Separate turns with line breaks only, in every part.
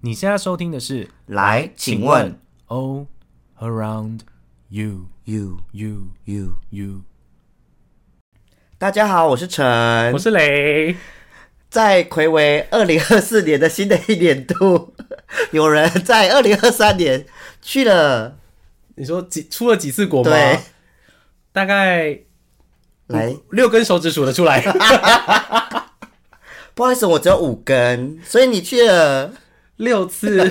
你现在收听的是，
来，请问
All Around You
you
You
you，
You，
大家好，我是陈
我，是雷，
在魁为二零二四年的新的一年度， 有人在二零二三年去了，
你说几出了几次国吗？
对，
大概
来，
六根手指数得出 来。
不好意思，我只有五根，所以你去了，
六 次，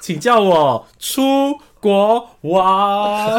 请叫我出国王。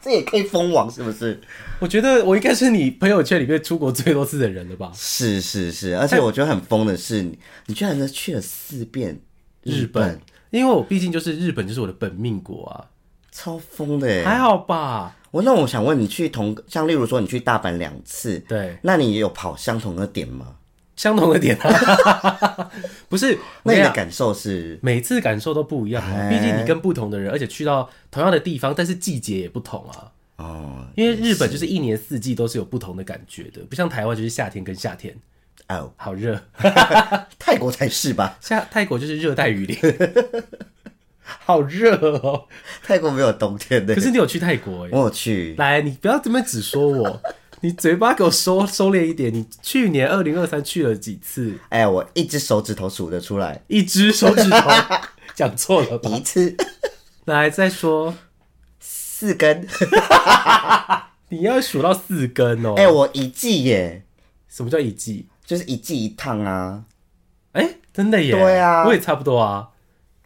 这也可以封王是不是？
我觉得我应该是你朋友圈里面出国最多次的人了吧？
是是是，而且我觉得很疯的是，你你居然去了四遍
日本，因为我毕竟就是日本，就是我的本命国啊，
超疯的耶！
还好吧？
我那我想问你去同像例如说你去大阪两次，
对，
那你有跑相同的点吗？
相同的点啊， 不是？我
那
跟
你
你
的
讲，
感受是？
每次感受都不一样啊，
哎
毕竟你跟不同的人，而且去到同样的地方，但是季节也不同啊。
哦
因为日本就是一年四季都是有不同的感觉的，不像台湾就是夏天跟夏天，
哦，
好 热。
泰国才是吧？
夏泰国就是热带雨林， 好热哦。
泰国没有冬天的
可。是你有去泰国耶？
我有去，
来，你不要这么只说我，你嘴巴给我收收敛一点。你去年二零二三去了几次？
哎、我一只手指头数得出来，
一只手 指头，讲错了吧？
一次
来，再说，
四根。
你要数到四根哦。
哎、我一季耶，
什么叫一季？
就是一季一趟啊。
哎、真的耶。
对啊
我也差不多啊，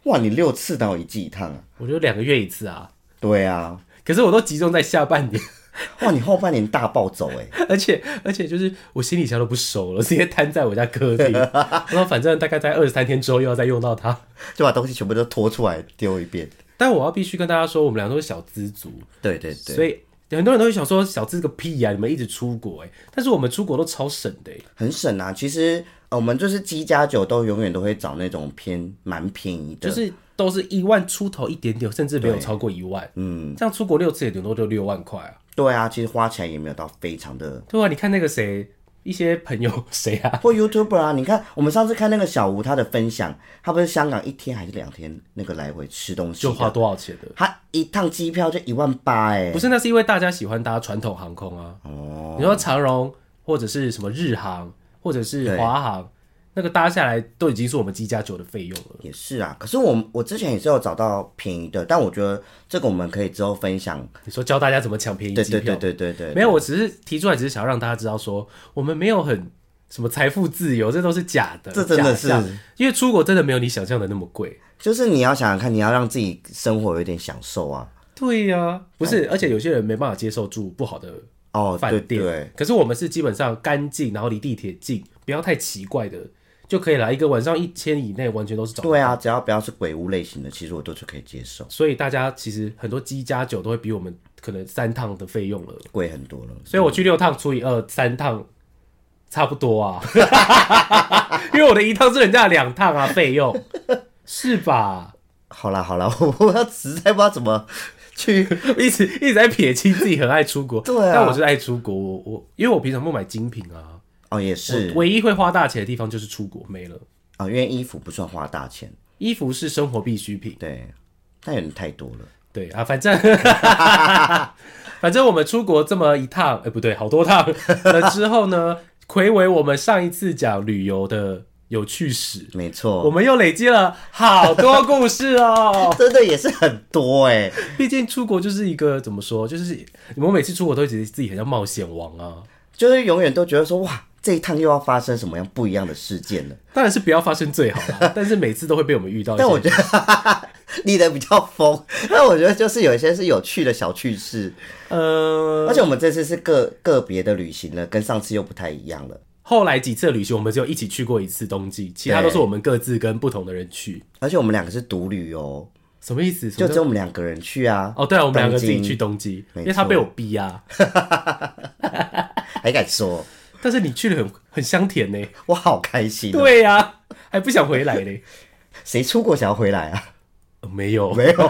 哇，你六次哪有一季一趟啊？
我就两个月一次啊。
对啊，
可是我都集中在下半年，
哇，你后半年大暴走哎、
而且而且就是我行李箱都不收了，直接摊在我家客 厅。然后反正大概在二十三天之后又要再用到它。
就把东西全部都拖出来丢一遍。
但我要必须跟大家说，我们俩都是小资族，
对对对，
所以很多人都会想说小资个屁呀、你们一直出国哎、但是我们出国都超省的、欸，
很省啊。其实、呃我们就是鸡加酒都永远都会找那种偏蛮便宜的，
就是都是一万出头一点点，甚至没有超过一万。嗯，这样出国六次也顶多就六万块啊。
对啊，其实花起来也没有到非常的。
对啊，你看那个谁，一些朋友 谁啊，
或 YouTuber 啊，你看我们上次看那个小吴他的分享，他不是香港一天还是两天那个来回吃东西
就
的，
花多少钱的？
他一趟机票就一万八哎
不，是，那是因为大家喜欢搭传统航空啊。哦，你说长荣或者是什么日航，或者是华航，那个搭下来都已经是我们机加酒的费用了。
也是啊。可是我我之前也是有找到便宜的，但我觉得这个我们可以之后分享。
你说教大家怎么抢便宜
对
机
对
票
对？对对对，
没有，我只是提出来，只是想让大家知道说，我们没有很什么财富自由，这都是假的，
这真的
假象
是，
因为出国真的没有你想象的那么贵。
就是你要想想看，你要让自己生活有点享受啊。
对呀、不是，而且有些人没办法接受住不好的
哦，
饭
对
店，
对，
可是我们是基本上干净，然后离地铁近，不要太奇怪的就可以来一个晚上一千以内，完全都是找。
对啊，只要不要是鬼屋类型的，其实我都是可以接受，
所以大家其实很多机加酒都会比我们可能三趟的费用了，
贵很多了。
所以我去六趟除以二，三趟差不多啊， 因为我的一趟是人家的两趟啊，费用 是吧？
好啦好啦， 我我要实在不知道怎么去
一直一直在撇清自己很爱出国，
对啊
但我就是爱出国，我我因为我平常不买精品啊，
哦，也是
我唯一会花大钱的地方就是出国没了。
啊、因为衣服不算花大钱，
衣服是生活必需品，
对，但有点太多了。
对啊， 反正 反正我们出国这么一趟，哎、不对，好多 趟了之后呢，回为我们上一次讲旅游的有趣史，
没
我
错，
们又累积了好多故事哦。
真的也是很多哎、
毕竟出国就是一个怎么说，就是我每次出国都会觉得自己很像冒险王啊。
就是永远都觉得说哇，这一趟又要发生什么样不一样的事件 了。
当然是不要发生最好 啦，但是每次都会被我们遇到一些。
但我觉得 你的比较疯， 但我觉得就是有一些是有趣的小趣事，
呃，
而且我们这次是个个别的旅行了，跟上次又不太一样了。
后来几次的旅行，我们只有一起去过一次冬季，其他都是我们各自跟不同的人去。
而且我们两个是独旅哦，
什么意思？什
就
么
只有我们两个人去啊。
哦，对啊，我们两个自己
东
去
京，
东京，
没
因为他
错
被我逼啊。
还敢哎说，
但是你去的很很香 甜呢。
我好开心、哦。
对呀、啊还不想回来呢。
谁出国想要回来啊？
呃没有
没有。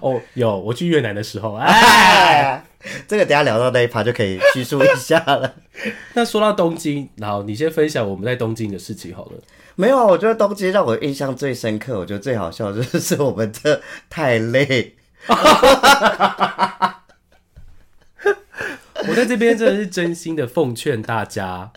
哦，有我去越南的时候，哎，
这个等一下聊到那一趴就可以叙述一下了。
那说到东京，然后你先分享我们在东京的事情好了。
没有，我觉得东京让我印象最深刻，我觉得最好笑的就是我们这太累。
我在这边真的是真心的奉劝大家，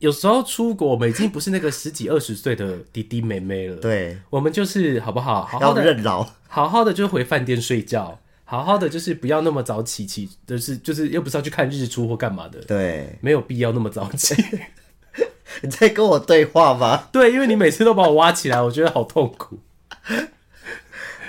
有时候出国，我们已经不是那个十几二十岁的弟弟妹妹了，，
对，
我们就是好不好？好好
要
的，
认老。
好好的就回饭店睡觉，好好的就是不要那么早起，起就是就是又不是要去看日出或干嘛的，
对，
没有必要那么早起。
你在跟我对话吗？
对，因为你每次都把我挖起来，我觉得好痛苦。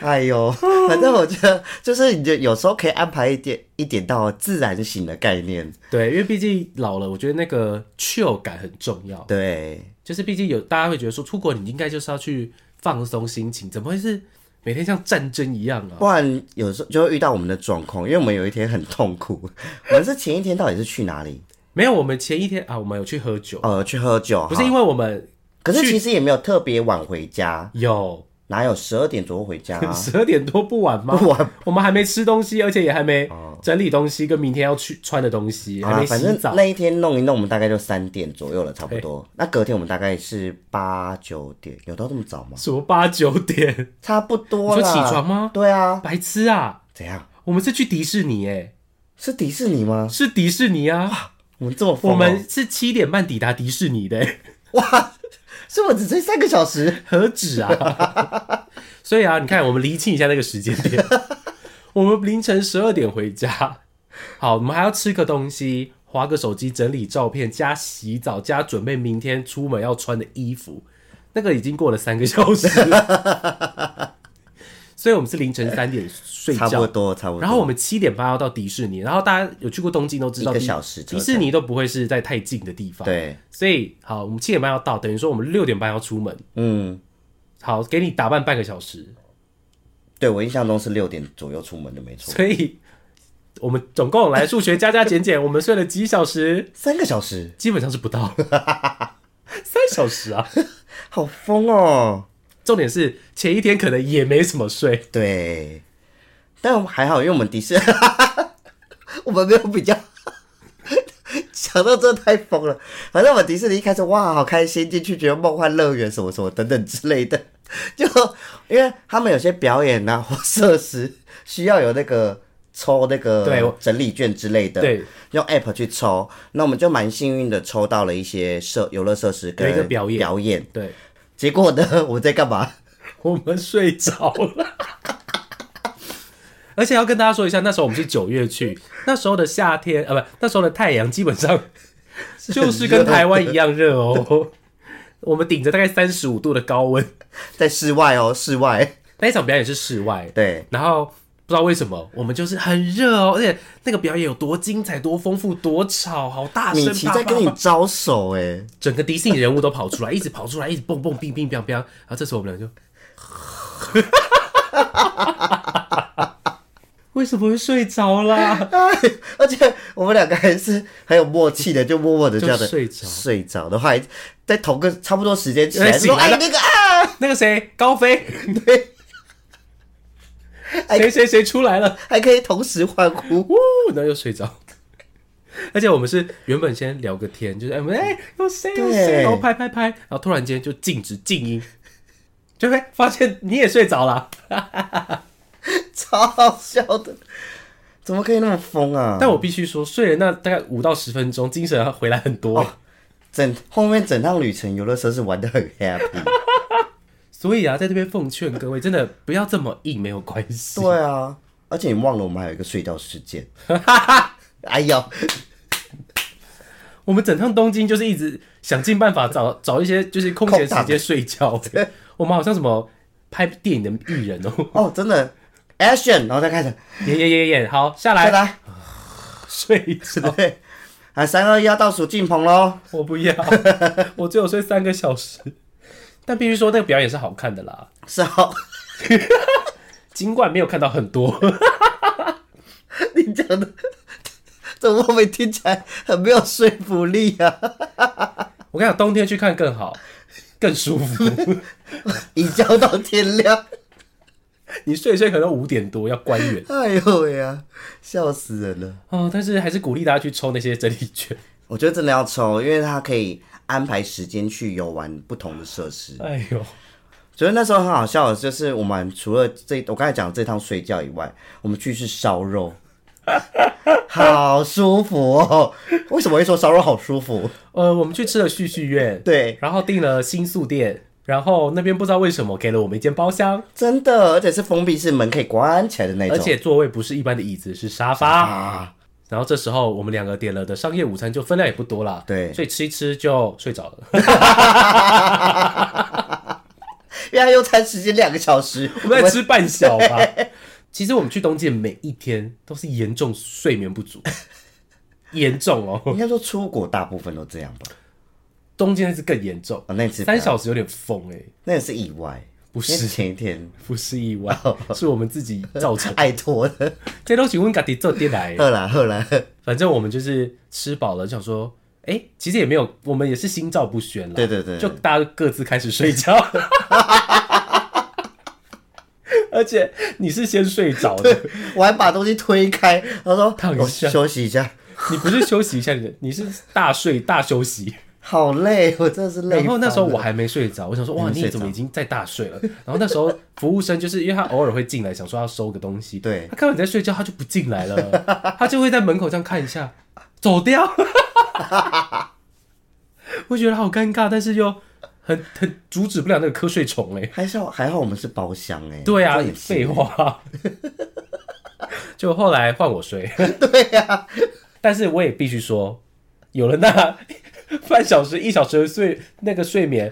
哎呦，反正我觉得就是你就有时候可以安排一点一点到自然醒的概念。
对，因为毕竟老了，我觉得那个 chill 感很重要。
对，
就是毕竟有大家会觉得说，出国你应该就是要去放松心情，怎么会是每天像战争一样啊？
不然有时候就会遇到我们的状况，因为我们有一天很痛苦。 我们是前一天到底是去哪里？
没有，我们前一天啊，我们有去喝酒，
呃，去喝酒。
不是因
哈
为我们
可是其实也没有特别晚回家，
有
哪有十二点左右回家、 啊？
十二点多不晚吗？
不晚，
我们还没吃东西，而且也还没整理东西，跟明天要去穿的东西，
好
还
啦，
没
啊反
洗
正
澡。
那一天弄一弄，我们大概就三点左右了，差不多。那隔天我们大概是八九点，有到这么早吗？
什么八九点？
差不多
你
啦。
说起床吗
对啊，
白痴啊！
怎样？
我们是去迪士尼、欸，
是迪士尼吗？
是迪士尼啊！
我们这么疯哦、
我们是七点半抵达迪士尼的、欸
哇，是我只睡三个小时，
何止啊！ 所以啊，你看，我们厘清一下那个时间点， 我们凌晨十二点回家，好，我们还要吃个东西，划个手机，整理照片，加洗澡，加准备明天出门要穿的衣服，那个已经过了三个小时 了所以我们是凌晨三点睡
差不
觉。
多，差不多。
然后我们七点半要到迪士尼，然后大家有去过东京都知道，
一个小时车
迪
程
士尼都不会是在太近的地方，，
对，
所以好，我们七点半要到，等于说我们六点半要出门，
嗯，
好，给你打扮半个小时，
对我印象中是六点左右出门的，没错。
所以我们总共来数学加加减 减，我们睡了几小时，
三个小时，
基本上是不到 三小时啊。
好疯哦。
重点是前一天可能也没什么睡，
对，但我们还好，因为我们迪士 尼，我们没有比较。 想到这太疯了，反正我们迪士尼一开始哇好开心，进去觉得梦幻乐园什么什么等等之类的， 就因为他们有些表演啊或设施需要有那个抽那
对我
个整理券之类的，
对，
用 app 去抽，那我们就蛮幸运的抽到了一些设游乐设施
有一个
跟
表演
表演，
对
结果呢我们在干嘛？
我们睡着了。 而且要跟大家说一下，那时候我们是九月去，那时候的夏天啊，不，那时候的太阳基本上就是跟台湾一样热哦。我们顶着大概三十五度的高温，
在室外哦，室 外，
那一场表演是室外，
对。
然后不知道为什么，我们就是很热哦，而且那个表演有多精彩、多丰富、多吵，好大声，
米奇在跟
啪
你
啪啪
招手哎、
整个迪士尼人物都跑出来，一直跑出来，一直蹦蹦冰冰冰冰。然后这时候我们俩就， 为什么会睡着啦？
而且我们两个还是很有默契的，就默默的这样的
就睡着
睡着的话，还在同个差不多时间起来，
哎醒
说
来
哎
了
那个啊，
那个谁，高飞，
哎
谁谁谁出来了，
还可以同时欢呼。
呜，然后又睡着。而且我们是原本先聊个天，就是哎我们哎有谁有谁，
对
然后拍拍拍，然后突然间就静止静音，就会发现你也睡着了。
超好笑的，怎么可以那么疯啊？
但我必须说，睡了那大概五到十分钟，精神回来很多，
整后面整趟旅程游乐设施玩的很 happy，
所以啊，在这边奉劝各位，真的不要这么硬，没有关系。
对啊，而且你忘了我们还有一个睡觉时间，哎呦，
我们整趟东京就是一直想尽办法找 找一些就是空闲时间睡 觉。我们好像什么拍电影的艺人哦，
哦真的 action，然后再开始，
演演演演，好下
再
来
来，
睡着。
对，啊三二一要倒数进棚喽。
我不要， 我只有睡三个小时。但必须说，那个表演是好看的啦，
是哦，
尽管没有看到很多。
你讲的怎么会听起来很没有说服力啊？
我跟你讲，冬天去看更好，更舒服。
一觉到天亮，
你睡一睡可能五点多要关 园
哎呦喂呀、笑死人了！
哦啊、但是还是鼓励大家去抽那些整理券。
我觉得真的要抽，因为它可以安排时间去游玩不同的设施。
哎呦，
所以那时候很好笑的就是，我们除了这我刚才讲的这趟睡觉以外，我们去吃烧肉，好舒服哦！为什么会说烧肉好舒服？
呃，我们去吃了旭旭苑，
对，
然后订了新宿店，然后那边不知道为什么给了我们一间包厢，
真的，而且是封闭式门可以关起来的那种。
而且座位不是一般的椅子，是沙发。
啊，
然后这时候我们两个点了的商业午餐，就分量也不多啦，
对
所以吃一吃就睡着 了。
因为它用餐时间两个小 时，
我们在吃半小吧。其实我们去东京每一天都是严重睡眠不 足，严重哦。
应该说出国大部分都这样吧。
东京那次更严重，
哦，那次
三小时有点疯哎、
那也是意外，
不是
因为前一天。
不是意外，是我们自己造成
爱拖 的。
这都是问家己做电来的，
后来后来，
反正我们就是吃饱了，就想说，哎、其实也没有，我们也是心照不宣了。
对对对
就大家各自开始睡觉。 而且你是先睡着的，
我还把东西推开，他说
躺一
我
下
休息一下，
你不是休息一下，你你是大睡大休息。
好累，我真的是累翻了。
然后那时候我还没睡着，我想说哇，
没睡
你
着
怎么已经在大睡了？然后那时候服务生就是因为他偶尔会进来，想说要收个东西，
对
他看到你在睡觉，他就不进来了， 他就会在门口这样看一下，走掉。 我觉得好尴尬，但是又很很阻止不了那个瞌睡虫哎、
还是好还好我们是包厢哎、
对啊
这很，
废话。 就后来换我睡，对呀、但是我也必须说，有了那 半小时、一小时的睡那个睡眠，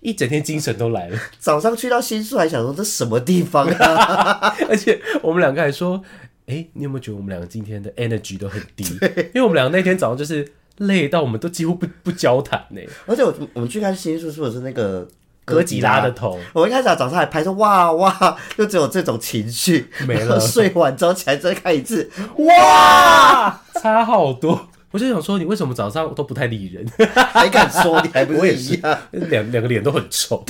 一整天精神都来了。
早上去到新宿还想说这什么地方啊？
而且我们两个还说，哎、你有没有觉得我们两个今天的 energy 都很低？因为我们两个那天早上就是累到我们都几乎不不交谈呢、
而且我我们去看新宿说的是那个
哥吉拉的。头，
我一开始早上还拍说哇哇，就只有这种情绪，
没了
然后睡完之后起来再看一次，
哇，差好多。我就想说，你为什么早上都不太理人？
还敢说你还不是一样？
两两个脸都很臭。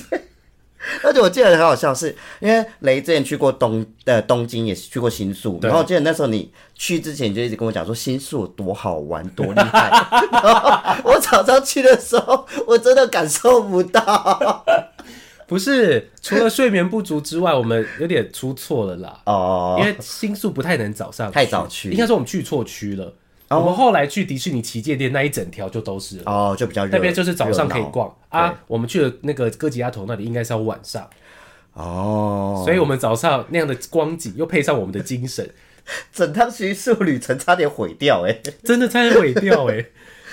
而且我记得很好笑是，因为雷之前去过东呃东京，也是去过新宿，然后我记得那时候你去之前你就一直跟我讲说新宿有多好玩多厉 害，然后我早上去的时候我真的感受不到
不是，除了睡眠不足之外，我们有点出错了啦。
哦
因，为新宿不太能早上，
太早去
应该说我们去错区了。我们后来去迪士尼旗舰店那一整条就都是了，
哦就比较热
那边就是早上可以
热闹
逛啊。我们去了那个哥吉拉头那里，应该是要晚上，
哦，
所以我们早上那样的光景又配上我们的精神，
整趟新宿旅程差点毁掉哎、
真的差点毁掉哎、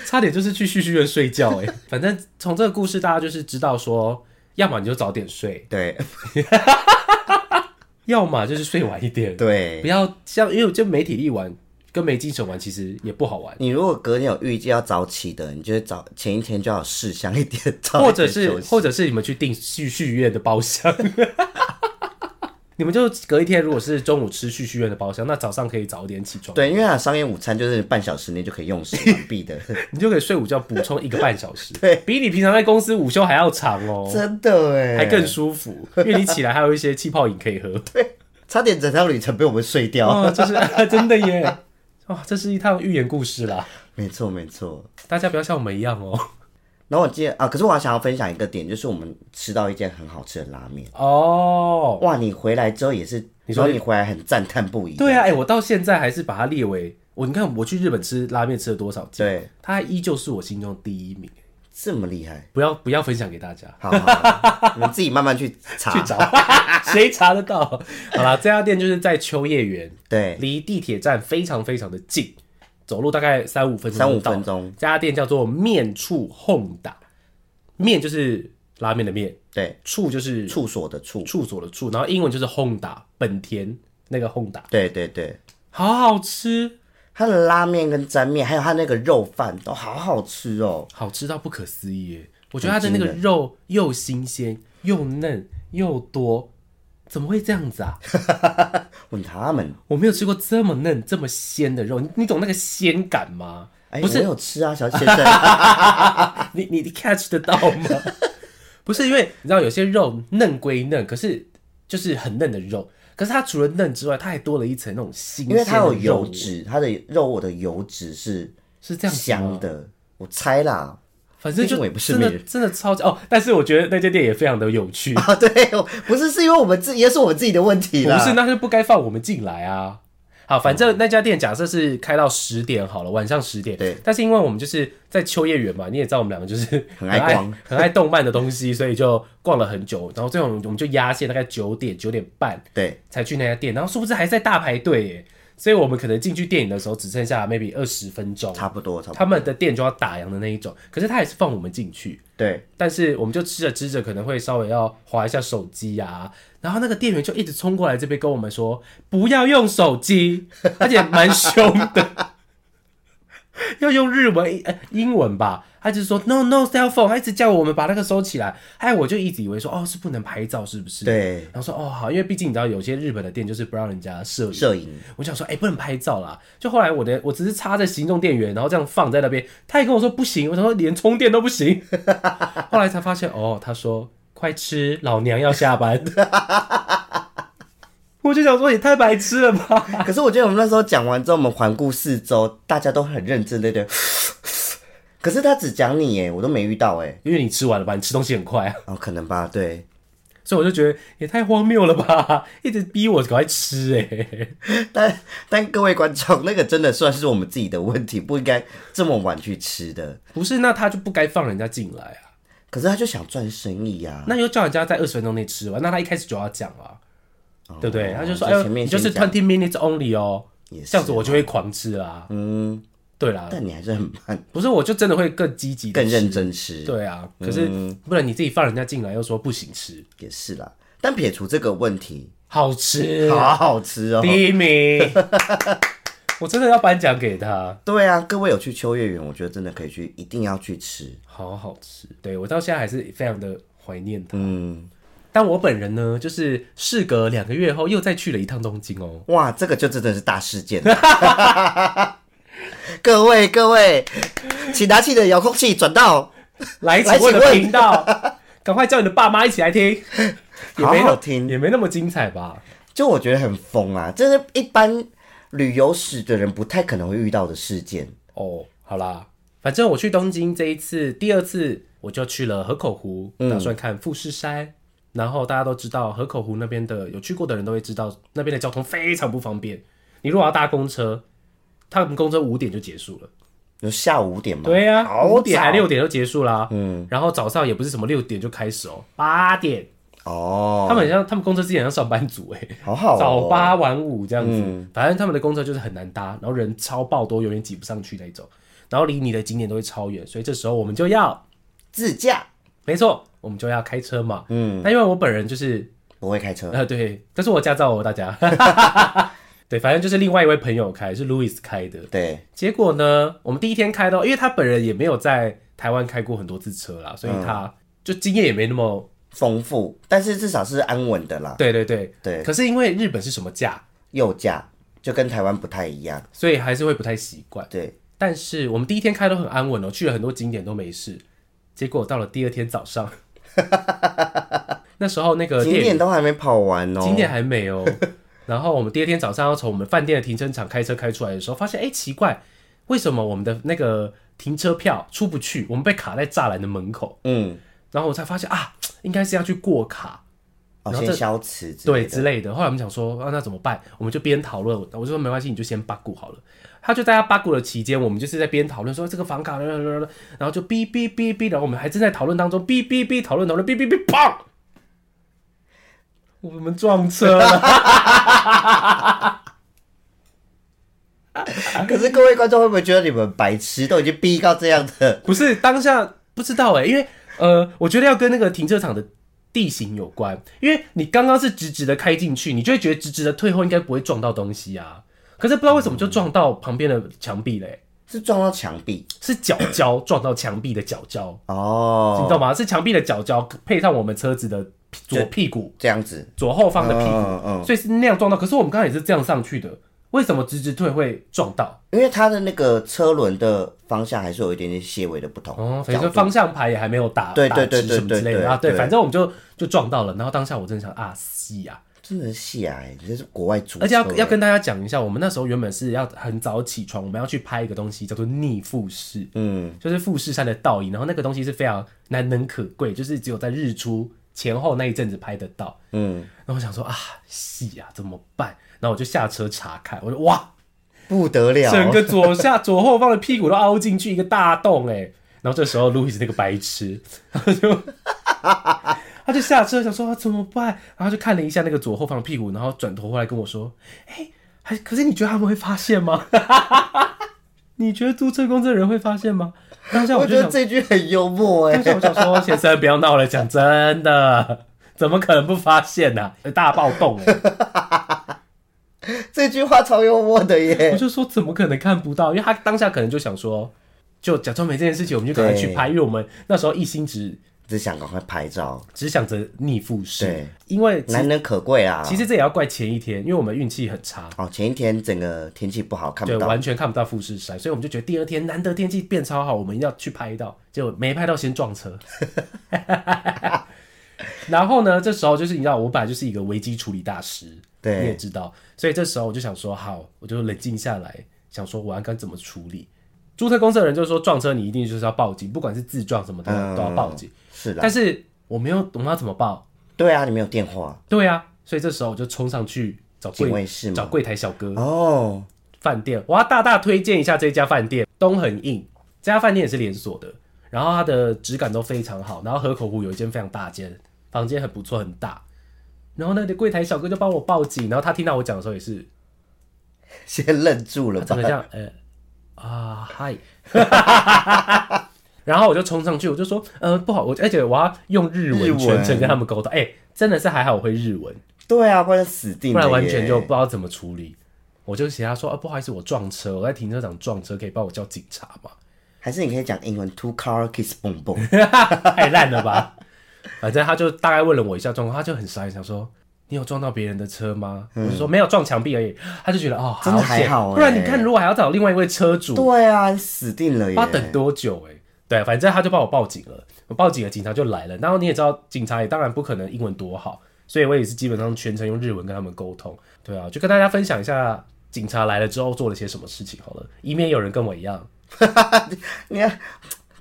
差点就是去旭旭院睡觉哎、反正从这个故事，大家就是知道说，要么你就早点睡，
对
要么就是睡晚一点。不
对。
要像，因为就没体力玩跟没精神玩其实也不好玩，
你如果隔天有预计要早起的，你就是早前一天就要有事项一点，早一
或者
点
是
休息
或者是你们去订旭旭苑的包厢， 你们就隔一天，如果是中午吃旭旭苑的包厢，那早上可以早点起床，
对，因为它的商业午餐就是半小时内就可以用时完毕的。
你就可以睡午觉补充一个半小时，
对
比你平常在公司午休还要长哦。
真的哎，
还更舒服，因为你起来还有一些气泡饮可以喝。
差点整趟旅程被我们睡掉。
哦，就是、 真的耶！哇、这是一趟寓言故事啦，
没错没错。
大家不要像我们一样哦。
然后我记得啊，可是我还想要分享一个点，就是我们吃到一间很好吃的拉面。
哦，
哇，你回来之后也是，
你
你
说
说你回来很赞叹不已。
对啊，哎、我到现在还是把它列为我。你看我去日本吃拉面吃了多少间，
对，
它还依旧是我心中的第一名。
这么 厉害。
不要不要分享给大家，
好好好，你们自己慢慢去查。
去找谁查得到？ 好啦，这家店就是在秋叶原，
对，
离地铁站非常非常的近，走路大概三五分钟
三五
嗯就到
分钟。
这家店叫做面处轰打，面就是拉面的面，
对，
处就是
处所的处。
处所的处，然后英文就是轰打本田那个轰打，
对对对，
好好吃，
它的拉面跟沾面，还有它那个肉饭都好好吃哦。
好吃到不可思议耶！我觉得它的那个肉又新鲜又嫩又多，怎么会这样子啊？
问他们，
我没有吃过这么嫩、这么鲜的肉，你你懂那个鲜感吗？
哎，
不是啊
我有吃啊，小先 生。
你你你 catch 得到吗？ 不是因为你知道有些肉嫩归嫩，可是就是很嫩的肉，可是它除了嫩之外，它还多了一层那种新鲜
因为它有
的肉
油
味，
脂，它的肉我的油脂是
是这样子吗
香的，我猜啦，
反正
毕竟
就
我也不是
真的
名人
真的超级哦，但是我觉得那间店也非常的有趣，
啊，对，我不是是因为我们自己，也是我们自己的问题
不
啦。
是那就不该放我们进来啊。好，反正那家店假设是开到十点好了，晚上十点。
对。
但是因为我们就是在秋叶原嘛，你也知道我们两个就是
很爱逛
很爱动漫的东西，所以就逛了很久。然后最后我们就压线，大概九点九点半
对，
才去那家店，然后殊不知还在大排队耶。所以我们可能进去电影的时候只剩下 maybe 二十分钟，
差不多，差不多。
他们的店就要打烊的那一种。可是他也是放我们进去，
对，
但是我们就吃着吃着，可能会稍微要划一下手机呀、然后那个店员就一直冲过来这边跟我们说不要用手机， 而且蛮凶的，要用日文、呃、英文吧。他就说 no no cell phone，他一直叫我们把那个收起来。哎，我就一直以为说哦是不能拍照是不是？。
对，
然后说哦好，因为毕竟你知道有些日本的店就是不让人家摄影。
摄影
我想说，哎、不能拍照啦。就后来我的，我只是插在行动电源，然后这样放在那边。他也跟我说不行，我想说连充电都不行。 后来才发现，哦，他说快吃，老娘要下班。 我就想说，也太白痴了吧！
可是我觉得我们那时候讲完之后，我们环顾四周，大家都很认真的对。可是他只讲你耶，我都没遇到哎。
因为你吃完了吧，你吃东西很快啊，
哦，可能吧，对。
所以我就觉得也太荒谬了吧！一直逼我赶快吃、哎，
但但各位观众，那个真的算是我们自己的问题，不应该这么晚去吃的。
不是，那他就不该放人家进来啊。
可是他就想赚生意啊呀、
那又叫人家在二十分钟内吃完，那他一开始就要讲啊，对不对？他就说，哎
哦就
呦，
前面
你就是
先讲
twenty minutes only 哦，
也
这
是啊
样啊子我就会狂吃啦。
嗯，
对啦，
但你还是很慢，
不是我就真的会更积极、
更认。嗯真吃，
对啊，可是不然你自己放人家进来又说不行吃，
也是啦。但撇除这个问题，
好吃，
好好吃哦。
第一名，我真的要颁奖给他，
对啊，各位有去秋叶原，我觉得真的可以去，一定要去吃。
好好吃。对我到现在还是非常的怀念他。
嗯，
但我本人呢，就是事隔两个月后又再去了一趟东京哦。
哇，这个就真的是大事件。 各位各位，请拿起你的遥控器转到，
来，
来
请问你
请
的
问
频道，赶快叫你的爸妈一起来听，也
好
没
好
那
听。
也没那么精彩吧？
就我觉得很疯啊，这是一般旅游史的人不太可能会遇到的事件。
哦，好啦，反正我去东京这一次，第二次我就去了河口湖，
嗯
打算看富士山。然后大家都知道河口湖那边的有去过的人都会知道，那边的交通非常不方便。你如果要搭公车，他们公车五点就结束了。
有下午五点吗？
对呀、
哦好
五点
早
还六点就结束啦、嗯，然后早上也不是什么六点就开始哦，八点。他
哦，
们很像他们公车之前像上班族哎、
好好、哦、嗯
早八晚五这样子，反正他们的公车就是很难搭，然后人超爆多，永远挤不上去那种，然后离你的景点都会超远，所以这时候我们就要，
自驾
没错，我们就要开车嘛，嗯，那因为我本人就是，
不会开车，
呃，对，但是我驾照哦，大 家，对，反正就是另外一位朋友开，是 Louis 开的，
对，
结果呢，我们第一天开到，因为他本人也没有在台湾开过很多次车
嗯
啦，所以他就经验也没那么，
丰富，但是至少是安稳的啦。
对对对，
对，
可是因为日本是什么价，
右驾就跟台湾不太一样。
所以还是会不太习惯。
对，
但是我们第一天开都很安稳哦，去了很多景点都没事。结果到了第二天早上， 那时候那个
景
店
点都还没跑完哦。
呃景点还没哦。然后我们第二天早上要从我们饭店的停车场开车开出来的时候，发现哎、诶奇怪，为什么我们的那个停车票出不去？我们被卡在栅栏的门口。
嗯，
然后我才发现啊，应该是要去过卡，
哦，
然后
先
这
消磁之
对
类的。
之类的。后来我们想说，啊，那怎么办？我们就边讨论，我就说没关系，你就先八股好了。他就在他八股的期间，我们就是在边讨论说这个房卡，啦啦啦啦然后就哔哔哔哔，然后我们还正在讨论当中，哔哔哔讨论讨论，哔哔哔，砰！我们撞车了，
啊可是各位观众会不会觉得你们白痴都已经逼到这样的？
不是当下不知道哎、因为呃，我觉得要跟那个停车场的地形有关，因为你刚刚是直直的开进去，你就会觉得直直的退后应该不会撞到东西啊，可是不知道为什么就撞到旁边的墙壁嘞、
是撞到墙壁
是脚胶撞到墙壁的脚胶，你 知
哦，
道吗？是墙壁的脚胶配上我们车子的屁左屁股、
这样子。
左后方的屁股，
嗯嗯，
所以是那样撞到。可是我们刚才也是这样上去的，为什么直直退会撞到？
因为它的那个车轮的方向还是有一点点些微的不同。
哦，
角
等于说
度
方向盘也还没有打
对对
打直
对对
什么之类
对对
的啊。对，
对
反正我们就就撞到了。然后当下我真的想啊，死啊！
真的下哎、你这是国外租车欸、
而且要要跟大家讲一下，我们那时候原本是要很早起床，我们要去拍一个东西，叫做逆富士，
嗯，
就是富士山的倒影。然后那个东西是非常难能可贵，就是只有在日出前后那一阵子拍得到。
嗯，
然后我想说啊，戏啊，怎么办？然后我就下车查看，我说哇，
不得了，
整个左下左后方的屁股都凹进去一个大洞哎、然后这时候路易斯那个白痴，他就他就下车想说、啊、怎么办，然后就看了一下那个左后方的屁股，然后转头回来跟我说，哎、还可是你觉得他们会发现吗？ 你觉得租车公司的人会发现吗？当下
我
我就
觉得
想，
这句很幽默哎、
当下我想说，先生不要闹了，讲真的，怎么可能不发现呢、啊？大暴动哎、
这句话超幽默的
我
耶。
就说怎么可能看不到？因为他当下可能就想说，就假装没这件事情，我们就赶快去拍，因为我们那时候一心只
只想赶快拍照，
只想着逆富士
对，
因为其
难能可贵啊。
其实这也要怪前一天，因为我们运气很差。
哦，前一天整个天气不好，看
对，
不到。
完全看不到富士山，所以我们就觉得第二天难得天气变超好，我们一定要去拍到，结果没拍到，先撞 车。 然后呢，这时候就是你知道，我本来就是一个危机处理大师，
对
你也知道，所以这时候我就想说，好，我就冷静下来，想说我要该怎么处理。注册公司的人就说，撞车你一定就是要报警，不管是自撞什么都要、
嗯
都要报警。
是啦
但，是我没有，我们要怎么报？
对啊，你没有电话，
对啊，所以这时候我就冲上去找
警
柜
卫室
找
吗？
柜台小哥，
哦，
饭店，我要大大推荐一下这家饭店，东很硬。这家饭店也是连锁的，然后它的质感都非常好。然后河口湖有一间非常大间，房间很不错，很大。然后那个柜台小哥就帮我报警，然后他听到我讲的时候也是，
先愣住了
他
吧
整个？这 样，呃，啊，嗨， 然后我就冲上去，我就说，呃，不好，我而且我要用日
日
文
文
全程跟他们沟通。哎、真的是还好我会日文，
对啊，不然死定
不
了耶，
然完全就不知道怎么处理。我就写他说，啊，不好意思，我撞车，我在停车场撞车，可以帮我叫警察 吗？
还是你可以讲英文，two car kiss boom boom。
太烂了吧！反正他就大概问了我一下状况，他就很傻眼，想说你有撞到别人的车吗？我就说没有，撞墙壁而已。他就觉得哦，
嗯真的还
险
好欸
不然你看，如果还要找另外一位车主，
对啊，死定了耶！
要等多久、欸？哎，对，反正他就帮我报警了，我报警了，警察就来了。然后你也知道，警察也当然不可能英文多好，所以我也是基本上全程用日文跟他们沟通。对啊，就跟大家分享一下警察来了之后做了些什么事情好了，以免有人跟我一样。
你看，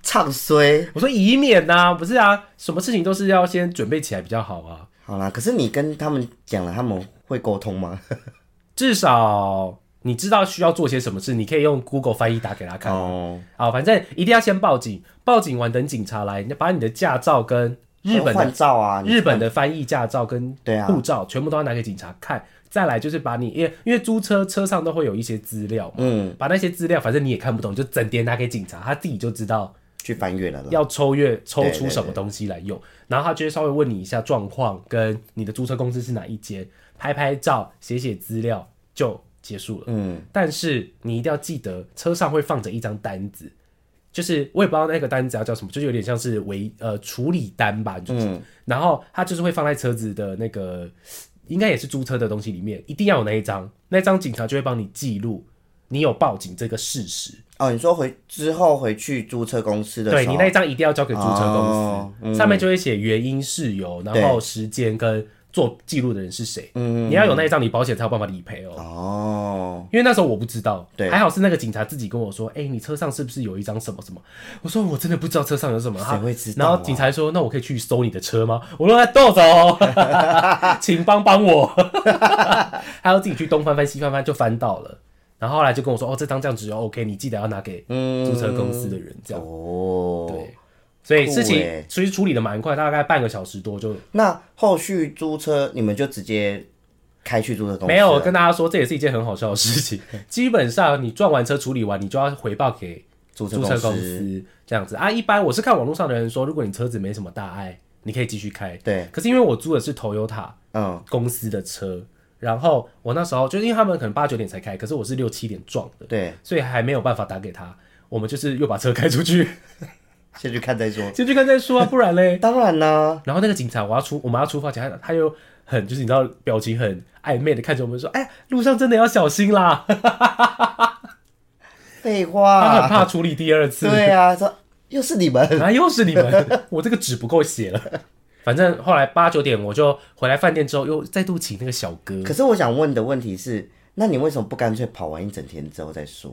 唱衰。
我说以免呐、不是啊，什么事情都是要先准备起来比较好啊。
好啦，可是你跟他们讲了，他们会沟通吗？
至少你知道需要做些什么事，你可以用 Google 翻译打给他看。啊、
哦，
反正一定要先报警，报警完等警察来，你把你的驾照跟日本的
换照啊，你
日本的翻译驾照跟
对啊
护照全部都要拿给警察看。再来就是把你，因为因为租车车上都会有一些资料嘛，
嗯，
把那些资料反正你也看不懂，就整叠拿给警察，他自己就知道
去翻阅了啦。
要抽阅抽
对
出
对
什么东西来用，然后他就会稍微问你一下状况，跟你的租车公司是哪一间，拍拍照、写写资料就结束了。
嗯，
但是你一定要记得，车上会放着一张单子，就是我也不知道那个单子要叫什么，就是有点像是为呃处理单吧，就是，然后它就是会放在车子的那个，应该也是租车的东西里面，一定要有那一张，那张警察就会帮你记录你有报警这个事实，
哦，你说回之后回去租车公司的
对
时
你
候，
那一张一定要交给租车公司，
哦
上面就会写原因、事由，然后时间跟做记录的人是谁，你要有那一张，你保险才有办法理赔哦。
哦，
因为那时候我不知道，
对
还好是那个警察自己跟我说，哎、你车上是不是有一张什么什么？我说我真的不知道车上有什么，
谁
他
会知道啊
然后警察说，那我可以去搜你的车吗？我说哎逗走， 请帮帮我。他要自己去东翻翻西翻翻，就翻到了。然后后来就跟我说，哦，这张这样只有 OK，你记得要拿给
嗯
租车公司的人这样。
哦，
所以事情
酷欸
其实处理的蛮快，大概半个小时多就
那后续租车你们就直接开去租车公司？
没有，我，跟大家说，这也是一件很好笑的事情。基本上你撞完车处理完，你就要回报给
租车
租
公
车
司
公司这样子啊。一般我是看网络上的人说，如果你车子没什么大碍，你可以继续开。
对，
可是因为我租的是 Toyota
嗯，
公司的车，然后我那时候就因为他们可能八九点才开，可是我是六七点撞的，
对，
所以还没有办法打给他。我们就是又把车开出去，
先去看再说。
先去看再说啊，不然嘞。
当然啦，
然后那个警察，我要出，我们要出发前，他他又很就是你知道表情很暧昧的看着我们说，哎呀，路上真的要小心啦。
废
他很
话，
怕处理第二次。
对啊，说又是你们，
啊，又是你们，我这个纸不够写了。反正后来八九点我就回来饭店之后，又再度请那个小哥，
可是我想问的问题是，那你为什么不干脆跑完一整天之后再说？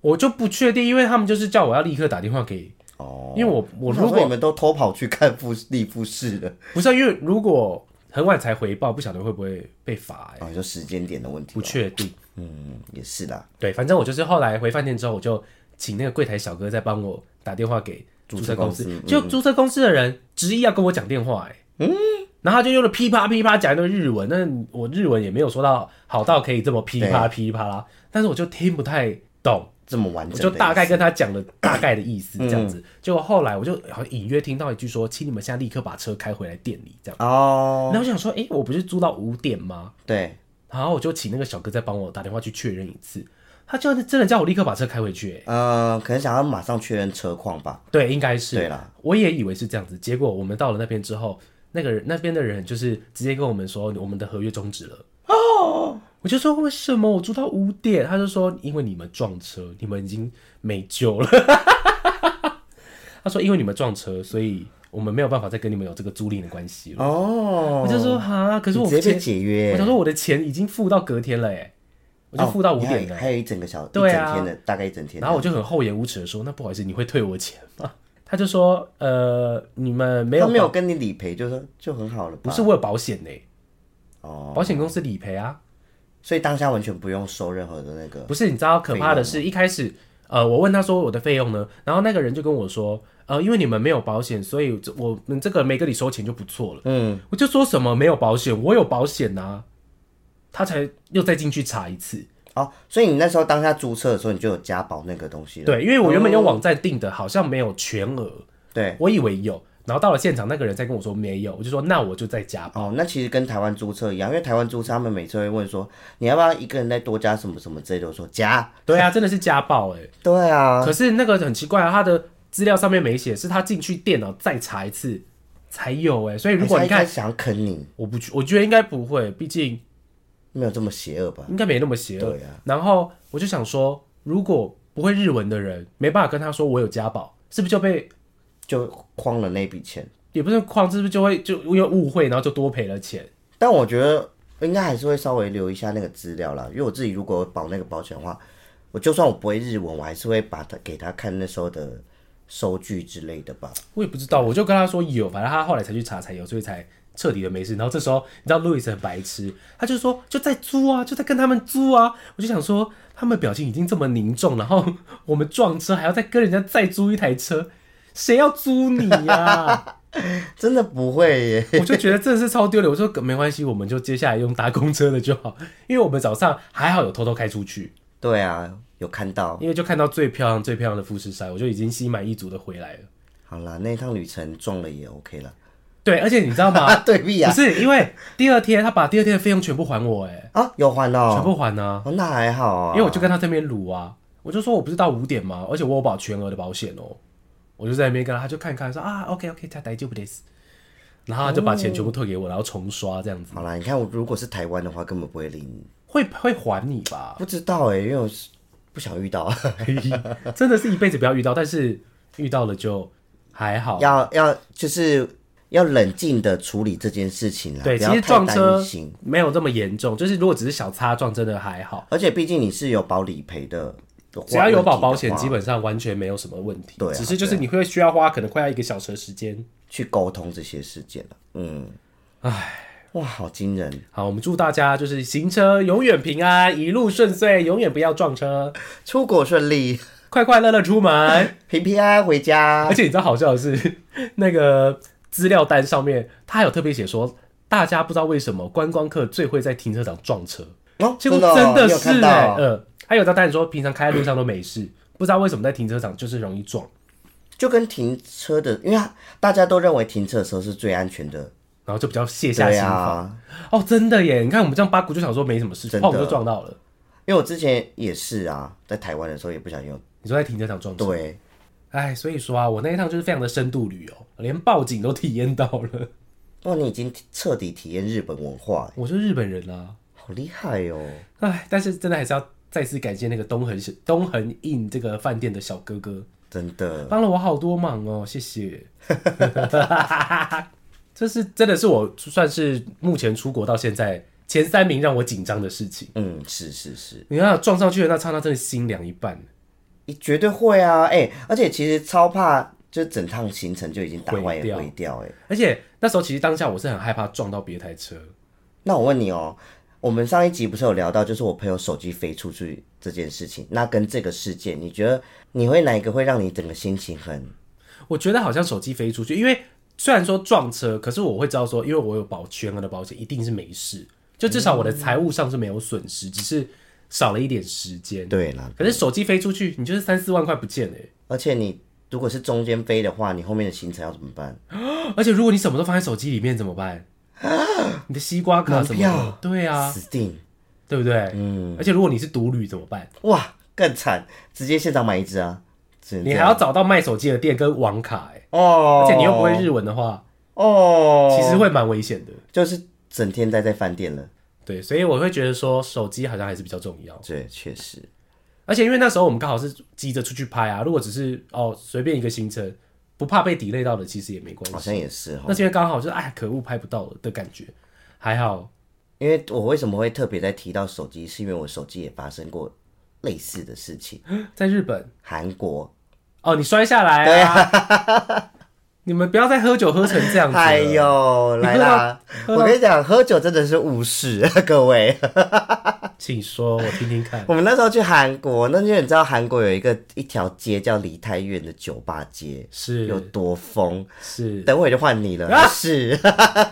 我就不确定，因为他们就是叫我要立刻打电话给，
哦，
因为我我
想
如
说你
果
们都偷跑去看复立复试了，
不是啊因为如果很晚才回报，不晓得会不会被罚、欸，
哦，你说时间点的问题
不
哦，
确定。
嗯，也是啦，
对，反正我就是后来回饭店之后，我就请那个柜台小哥再帮我打电话给注册公司
注册，
就注册公司的人执意要跟我讲电话、哎，嗯，然后他就用了噼啪噼啪讲一堆日文，那我日文也没有说到好到可以这么噼啪噼啪啦，但是我就听不太懂，
这么完
我
整的
就
意思，
大概跟他讲了大概的意思，这样子，结果后来我就好像隐约听到一句说，请你们现在立刻把车开回来店里，这样，
哦，
然后我想说，哎、我不是租到五点吗？
对，
然后我就请那个小哥再帮我打电话去确认一次，他就真的叫我立刻把车开回去、欸。
呃，可能想要马上确认车况吧，
对，应该是。
对啦，
我也以为是这样子，结果我们到了那边之后，那个人那边的人就是直接跟我们说我们的合约终止了。哦，我就说为什么我住到五点？他就说因为你们撞车，你们已经没救了。 他说因为你们撞车，所以我们没有办法再跟你们有这个租赁的关系了。
哦，
我就说哈，可是我
你直接
钱，
被解
我
约，
想说我的钱已经付到隔天了哎、我就付到
哦
五
你
点了
还。还有一整个小，
对
一
啊
整天的，大概一整天的，
然后我就很厚颜无耻的说：“那不好意思，你会退我钱吗？”他就说：“呃，你们没有
他没有
保，
跟你理赔，就说就很好了吧，
不是我有保险呢、
哦，
保险公司理赔啊。
所以当下完全不用收任何的那个，
不是，你知道可怕的
哦
是，一开始呃，我问他说我的费用呢，然后那个人就跟我说：呃，因为你们没有保险，所以这我们这个每个你收钱就不错了。
嗯，
我就说什么没有保险，我有保险呐、啊他才又再进去查一次。
哦，所以你那时候当下注册的时候，你就有加保那个东西了，
对，因为我原本用网站订的，好像没有全额，
对，
我以为有，然后到了现场，那个人再跟我说没有，我就说那我就再加
哦，那其实跟台湾注册一样，因为台湾注册他们每次会问说，你要不要一个人再多加什么什么之类的，我说加，
对啊，真的是家暴哎、
对啊，
可是那个很奇怪啊，他的资料上面没写，是他进去电脑再查一次才有哎、所以如果
还
你
是他
看
一开，始想要坑你，
我不觉，我觉得应该不会，毕竟
没有这么邪恶吧？
应该没那么邪恶。
对啊，
然后我就想说，如果不会日文的人没办法跟他说我有家暴，是不是就被
就诓了那笔钱，
也不是框，是不是就会就因为误会，然后就多赔了钱？
但我觉得应该还是会稍微留一下那个资料啦，因为我自己如果保那个保险的话，我就算我不会日文，我还是会把他给他看那时候的收据之类的吧。
我也不知道，我就跟他说有，反正他后来才去查才有，所以才彻底的没事。然后这时候你知道路易斯很白痴，他就说就在租啊，就在跟他们租啊。我就想说他们表情已经这么凝重，然后 我们撞车还要再跟人家再租一台车，谁要租你呀、
真的不会耶，
我就觉得真的是超丢脸。我说没关系，我们就接下来用搭公车的就好，因为我们早上还好有偷偷开出去，
对啊，有看到。
因为就看到最漂亮最漂亮的富士山，我就已经心满意足的回来了。
好啦，那一趟旅程中了也 OK 了
对，而且你知道吗
啊，？对比啊
不，是因为第二天他把第二天的费用全部还我、哎。
啊有还
全
哦，
部还啊，
哦那还好啊，
因为我就跟他这边撸啊，我就说我不是到五点吗？而且我有保全额的保险哦、我就在那边跟他，他就看一看说啊，OK OK，他大丈夫です，然后他就把钱全部退给我，然后重刷这样子，
好啦，你看我如果是台湾的话，根本不会理你。
会会还你 吧？
不知道哎、因为我是不想遇到，啊
真的是一辈子不要遇到，但是遇到了就还好。
要要就是要冷静的处理这件事情啦，
对，其
不要
实
太
撞车
担心。
没有这么严重，就是如果只是小擦撞，真的还好。
而且毕竟你是有保理赔的，
只要有保
问题的
保险，
话
基本上完全没有什么问题。
对啊
只是就是你会需要花可能快要一个小时的时间。
去沟通这些事件了。嗯，唉，哇，好惊人！
好，我们祝大家就是行车永远平安，一路顺遂，永远不要撞车，
出国顺利，
快快乐乐出 门。
平平安安回家
而。且你知道好笑的是，那个资料单上面他还有特别写说，大家不知道为什么观光客最会在停车场撞车，
哦，
结果
的
真
哦
的
你有
是
看
哎、
到哦，
呃，还有在单说平常开在路上都没事，不知道为什么在停车场就是容易撞，
就跟停车的，因为大家都认为停车的时候是最安全的。
然后就比较卸下
对
心防。
啊，
哦，真的耶！你看我们这样八股就想说没什么事，
真的
碰就撞到了。
因为我之前也是啊，在台湾的时候也不小心有
你说在停车场撞车，
对，
哎，所以说啊，我那一趟就是非常的深度旅游，连报警都体验到了。
哇，你已经彻底体验日本文化，
我是日本人啊，
好厉害哦！
哎，但是真的还是要再次感谢那个东恒东恒印这个饭店的小哥哥，
真的，
帮了我好多忙哦，谢谢。 这是真的是我算是目前出国到现在前三名让我紧张的事情。
嗯，是是是，
你看啊撞上去的那刹那，真的心凉一半。
你绝对会啊！哎、而且其实超怕，就整趟行程就已经打
毁
外
掉
毁掉哎、
而且那时候其实当下我是很害怕撞到别台车，
那我问你哦，我们上一集不是有聊到，就是我朋友手机飞出去这件事情，那跟这个事件，你觉得你会哪一个会让你整个心情很？
我觉得好像手机飞出去，因为虽然说撞车，可是我会知道说，因为我有保全额的保险，一定是没事，就至少我的财务上是没有损失，只是少了一点时间。
对啦，
可是手机飞出去，你就是三四万块不见了欸耶、
而且你如果是中间飞的话，你后面的行程要怎么办？
而且如果你什么都放在手机里面怎么办？你的西瓜卡什么
门
的
票？
对啊，
死定！
对不对？嗯。而且如果你是独旅怎么办？
哇，更惨，直接现场买一只啊！只能
你
这
还
样
要找到卖手机的店跟网卡、欸，
哦，
而且你又不会日文的话，
哦，
其实会蛮危险的。
就是整天待在饭店了。
对，所以我会觉得说手机好像还是比较重要。
对，确实。
而且因为那时候我们刚好是急着出去拍啊，如果只是哦随便一个行程，不怕被 delay 到的，其实也没关
好
系。
像也是哦哈，
那是因为刚好就是哎，可恶拍不到了的感觉，还好
因为我为什么会特别在提到手机，是因为我手机也发生过类似的事情。
在日本
韩国，
哦，你摔下来啊！ 你们不要再喝酒喝成这样子了。
哎呦，来啦！我跟你讲，喝酒真的是误事， 各位。
请说，我听听看。
我们那时候去韩国，那就你知道韩国有一个一条街叫梨泰院的酒吧街，有
是啊
多疯。
是，
等会就换你了，是。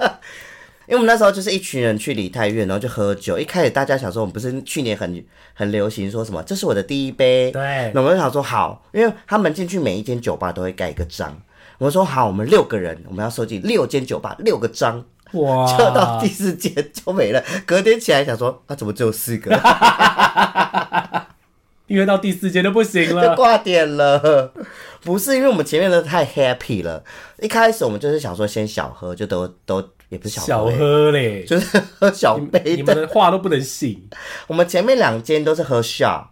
因为我们那时候就是一群人去梨泰院，然后就喝酒。一开始大家想说，我们不是去年很很流行说什么，这是我的第一杯，
对，
那我们就想说好，因为他们进去每一间酒吧都会盖一个章。我们说好，我们六个人，我们要收集六间酒吧六个章，
啊
就到
哇
第，四间就没了。隔天起来想说，啊，怎么只有四个，
约到第四间就不行
就
了。
挂点了？ 不是因为我们前面的太 happy 了，一开始我们就是想说先小喝，就都都也不是小
小
喝欸、
喝嘞，
就是喝小杯
你
的。
们的话都不能信。
我们前面两间都是喝 shot，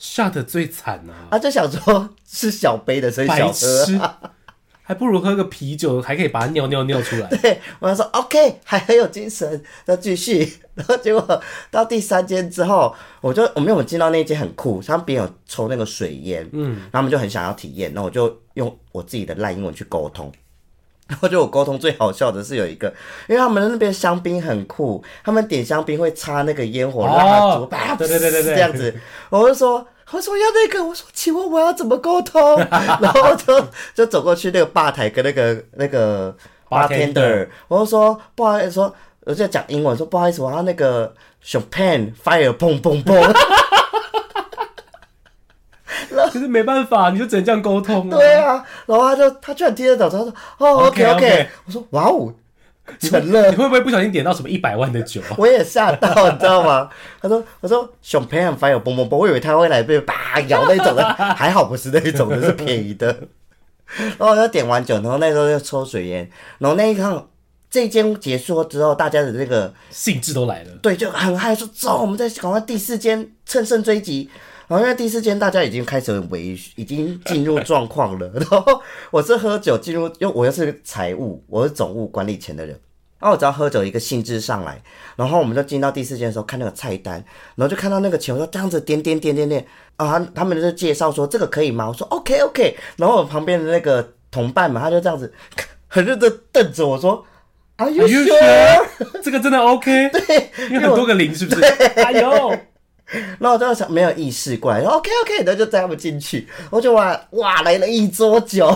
shot 最惨啊，
啊，就想说是小杯的，所以小
白
喝。
痴， 还不如喝个啤酒，还可以把它尿尿尿出来。
对，我就说 OK，还很有精神，那继续。然后结果到第三间之后，我就我没有进到那间很酷，他们别人有抽那个水烟，嗯，然后他们就很想要体验，那我就用我自己的烂英文去沟通。 然后就我沟通最好笑的是有一个，因为他们那边香槟很酷，他们点香槟会插那个烟火，
哦
让它煮，啪
对对对对对
这样子。我就说，我说要那个，我说请问我要怎么沟通？ 然后就就走过去那个吧台跟那个那个
Bartender
bartender，我就说不好意思说，我就讲英文说不好意思，我要那个 champagne fire 砰砰砰。
可是没办法，你就只能这样沟通啊。
对啊，然后他就他居然听得懂，他说哦 OK
OK，OK
OK，我说哇哦，成了
你。会不会不小心点到什么一百万的酒啊？
我也吓到，你知道吗？ 他说：“我说熊培很烦有蹦蹦蹦，我以为他会来被叭咬那种的，还好不是那一种的，是便宜的。” 然后我就点完酒，然后那时候就抽水烟，然后那一趟这一间结束之后，大家的那个
兴致都来了，
对就很嗨，说走，我们再赶快第四间趁胜追击。然后因为第四间大家已经开始为已经进入状况了， 然后我是喝酒进入，因为我又是财务，我是总务管理钱的人，然后我只要喝酒一个兴致上来，然后我们就进到第四间的时候看那个菜单，然后就看到那个钱，我说这样子点点点点点啊，他们就介绍说这个可以吗？我说 OK OK，然后我旁边的那个同伴嘛，他就这样子 很认真地瞪着我说，Are you
Are you
sure？
这个真的 OK，对，因为很多个零是不是？哎呦，
然后我就想没有意识过来，然后 OK OK，然后就带他们进去，我就哇哇来了一桌酒，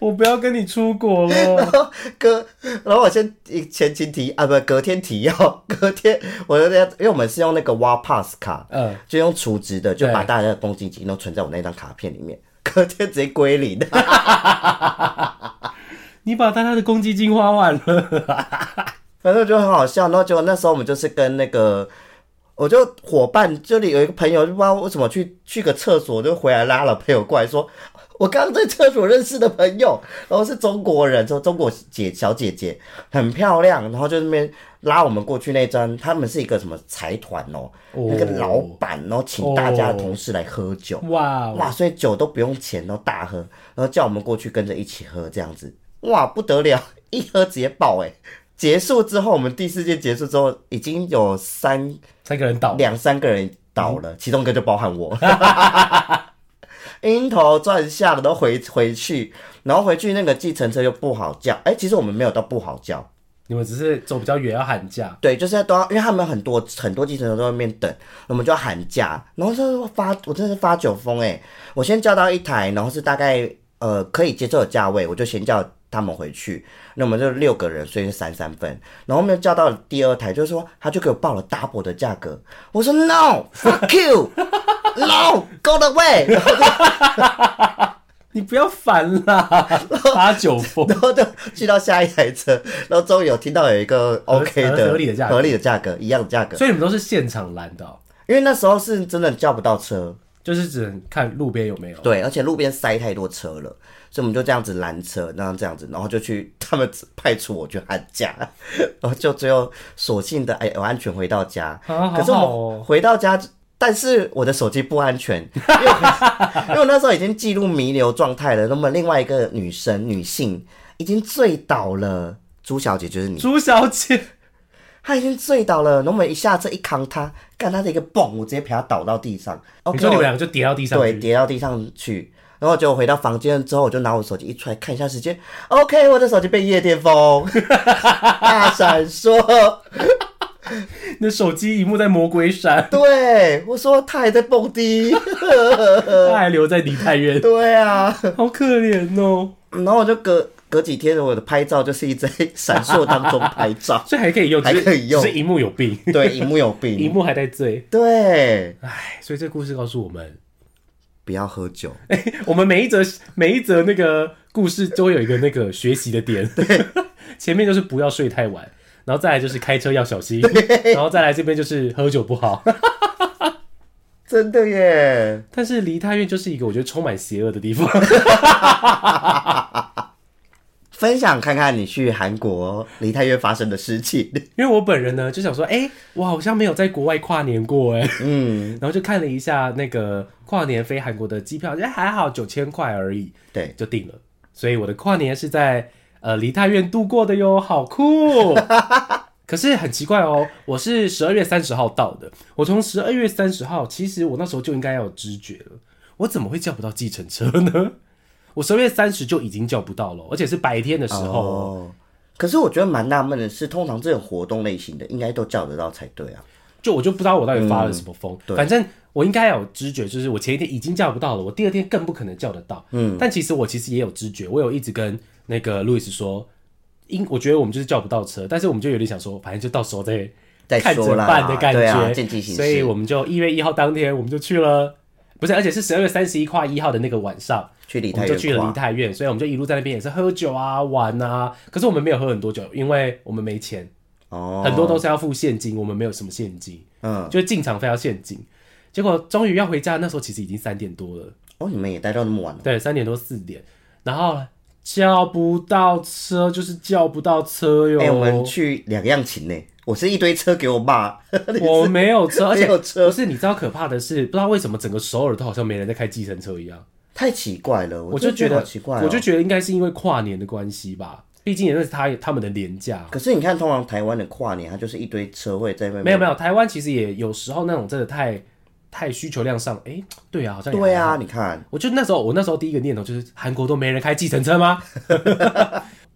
我不要跟你出国了。
隔然后我先前情提啊不隔天提要， 隔天我就这样，因为我们是用那个 w a Pass 卡，
嗯，
就用储值的，就
对
把大家的公积金都存在我那张卡片里面，隔天直接归零。
你把大家的公积金花完了，
反正就很好笑。然后结果那时候我们就是跟那个我就伙伴这里有一个朋友，就不知道为什么去去个厕所就回来拉了朋友过来说，我刚刚在厕所认识的朋友，然后是中国人，说中国姐小姐姐很漂亮，然后就那边拉我们过去那张，他们是一个什么财团哦，
哦
那个老板，然后请大家的同事来喝酒，
哇哦，
哇，所以酒都不用钱，都大喝，然后叫我们过去跟着一起喝，这样子，哇，不得了， 一喝直接爆哎、结束之后，我们第四届结束之后，已经有三
三个人倒，
两三个人倒了，其中一个就包含我。晕头转向的都回回去，然后回去那个计程车又不好叫。哎、其实我们没有到不好叫，
你们只是走比较远要喊价，
对，就是都要，因为他们很多很多计程车都在外面等，我们就要喊价，然后就是发，我真的是发酒疯哎、我先叫到一台，然后是大概呃可以接受的价位，我就先叫他们回去。那我们就六个人，所以是三三分。然后后面叫到第二台，就是说他就给我报了 double 的价格，我说 no，fuck you，no，go away。然后
你不要烦啦，八九风，
然后就去到下一台车，然后终于有听到有一个 OK 的
合合理的价格
合理的价格，一样的价格。
所以你们都是现场拦的哦、
因为那时候是真的叫不到车，
就是只能看路边有没有。
对，而且路边塞太多车了，所以我们就这样子拦车，然后这样子，然后就去 他们派出我去喊价，然后就最后索性的哎，我安全回到家。
啊，好
可是
好
我们
哦，
回到家，但是我的手机不安全，因为我 因为我那时候已经进入弥留状态了。那么另外一个女生女性已经醉倒了， 朱小姐就是你，
朱小姐，
她已经醉倒了。然后我们一下车一扛她，干她的一个蹦，我直接陪她倒到地上。
你
OK，
说你们两个就跌到地上
对，
去，
跌到地上去。然后就回到房间之后，我就拿我手机一出来看一下时间，OK，我的手机被夜店风 大闪烁。
你的手机荧幕在魔鬼 闪，
对，我说他还在蹦迪，
她还留在梨泰院，
对啊。
好可怜哦。。
然后我就隔隔几天，我的拍照就是一直在闪烁当中拍照
所以还可以用，
还
只是
可以用
只是荧幕有病，
对，荧 幕有
荧
病。
幕还在醉。
对，
唉，所以这故事告诉我们，
不要喝酒。
我们每一则每一则那个故事都会有一个那个学习的点。 前面就是不要睡太晚，然后再来就是开车要小心，然后再来这边就是喝酒不好。
真的耶，
但是梨泰院就是一个我觉得充满邪恶的地方。
分享看看你去韩国梨泰院发生的事情。
因为我本人呢就想说，哎、我好像没有在国外跨年过哎、
嗯，
然后就看了一下那个跨年飞韩国的机票，觉得哎还好，九千块而已
对，
就定了。所以我的跨年是在呃梨泰院度过的哟，好酷。可是很奇怪哦，我是十二月三十号到的，我从十二月三十号，其实我那时候就应该要有知觉了，我怎么会叫不到计程车呢？我十二月三十就已经叫不到了，而且是白天的时候哦。
哦。可是我觉得蛮纳闷的是，通常这种活动类型的应该都叫得到才对啊。
就我就不知道我到底
嗯
发了什么疯，反正我应该有知觉，就是我前一天已经叫不到了，我第二天更不可能叫得到。嗯，但其实我其实也有知觉，我有一直跟那个路易斯说，因我觉得我们就是叫不到车，但是我们就有点想说，反正就到时候再
再
看着
说啦
办的感
对
觉，
啊见机行事
所以我们就一月一号当天我们就去了，不是，而且是十二月三十一跨一号的那个晚上，
去梨
我
泰
们就去
院
了梨
跨，
泰院，所以我们就一路在那边也是喝酒啊玩啊，可是我们没有喝很多酒，因为我们没钱，
哦，
很多都是要付现金，我们没有什么现金。
嗯，
就是进场费要现金。结果终于要回家，那时候其实已经三点多了，
哦，你们也待到那么晚了，
对，三点多四点，然后叫不到车，就是叫不到车哟。
哎、我们去两样琴呢，我是一堆车给我爸，
我没有车，而且
没有车
不是你知道可怕的是，不知道为什么整个首尔都好像没人在开计程车一样，
太奇怪了，
我
真
就
的
觉
好
得
奇怪、哦，
我就觉得应该是因为跨年的关系吧，毕竟也是他他们的年假。
可是你看，通常台湾的跨年，它就是一堆车位在外面，
没有没有，台湾其实也有时候那种真的太太需求量上，哎、对啊，好像也还
对啊，你看，
我就那时候，我那时候第一个念头就是韩国都没人开计程车吗？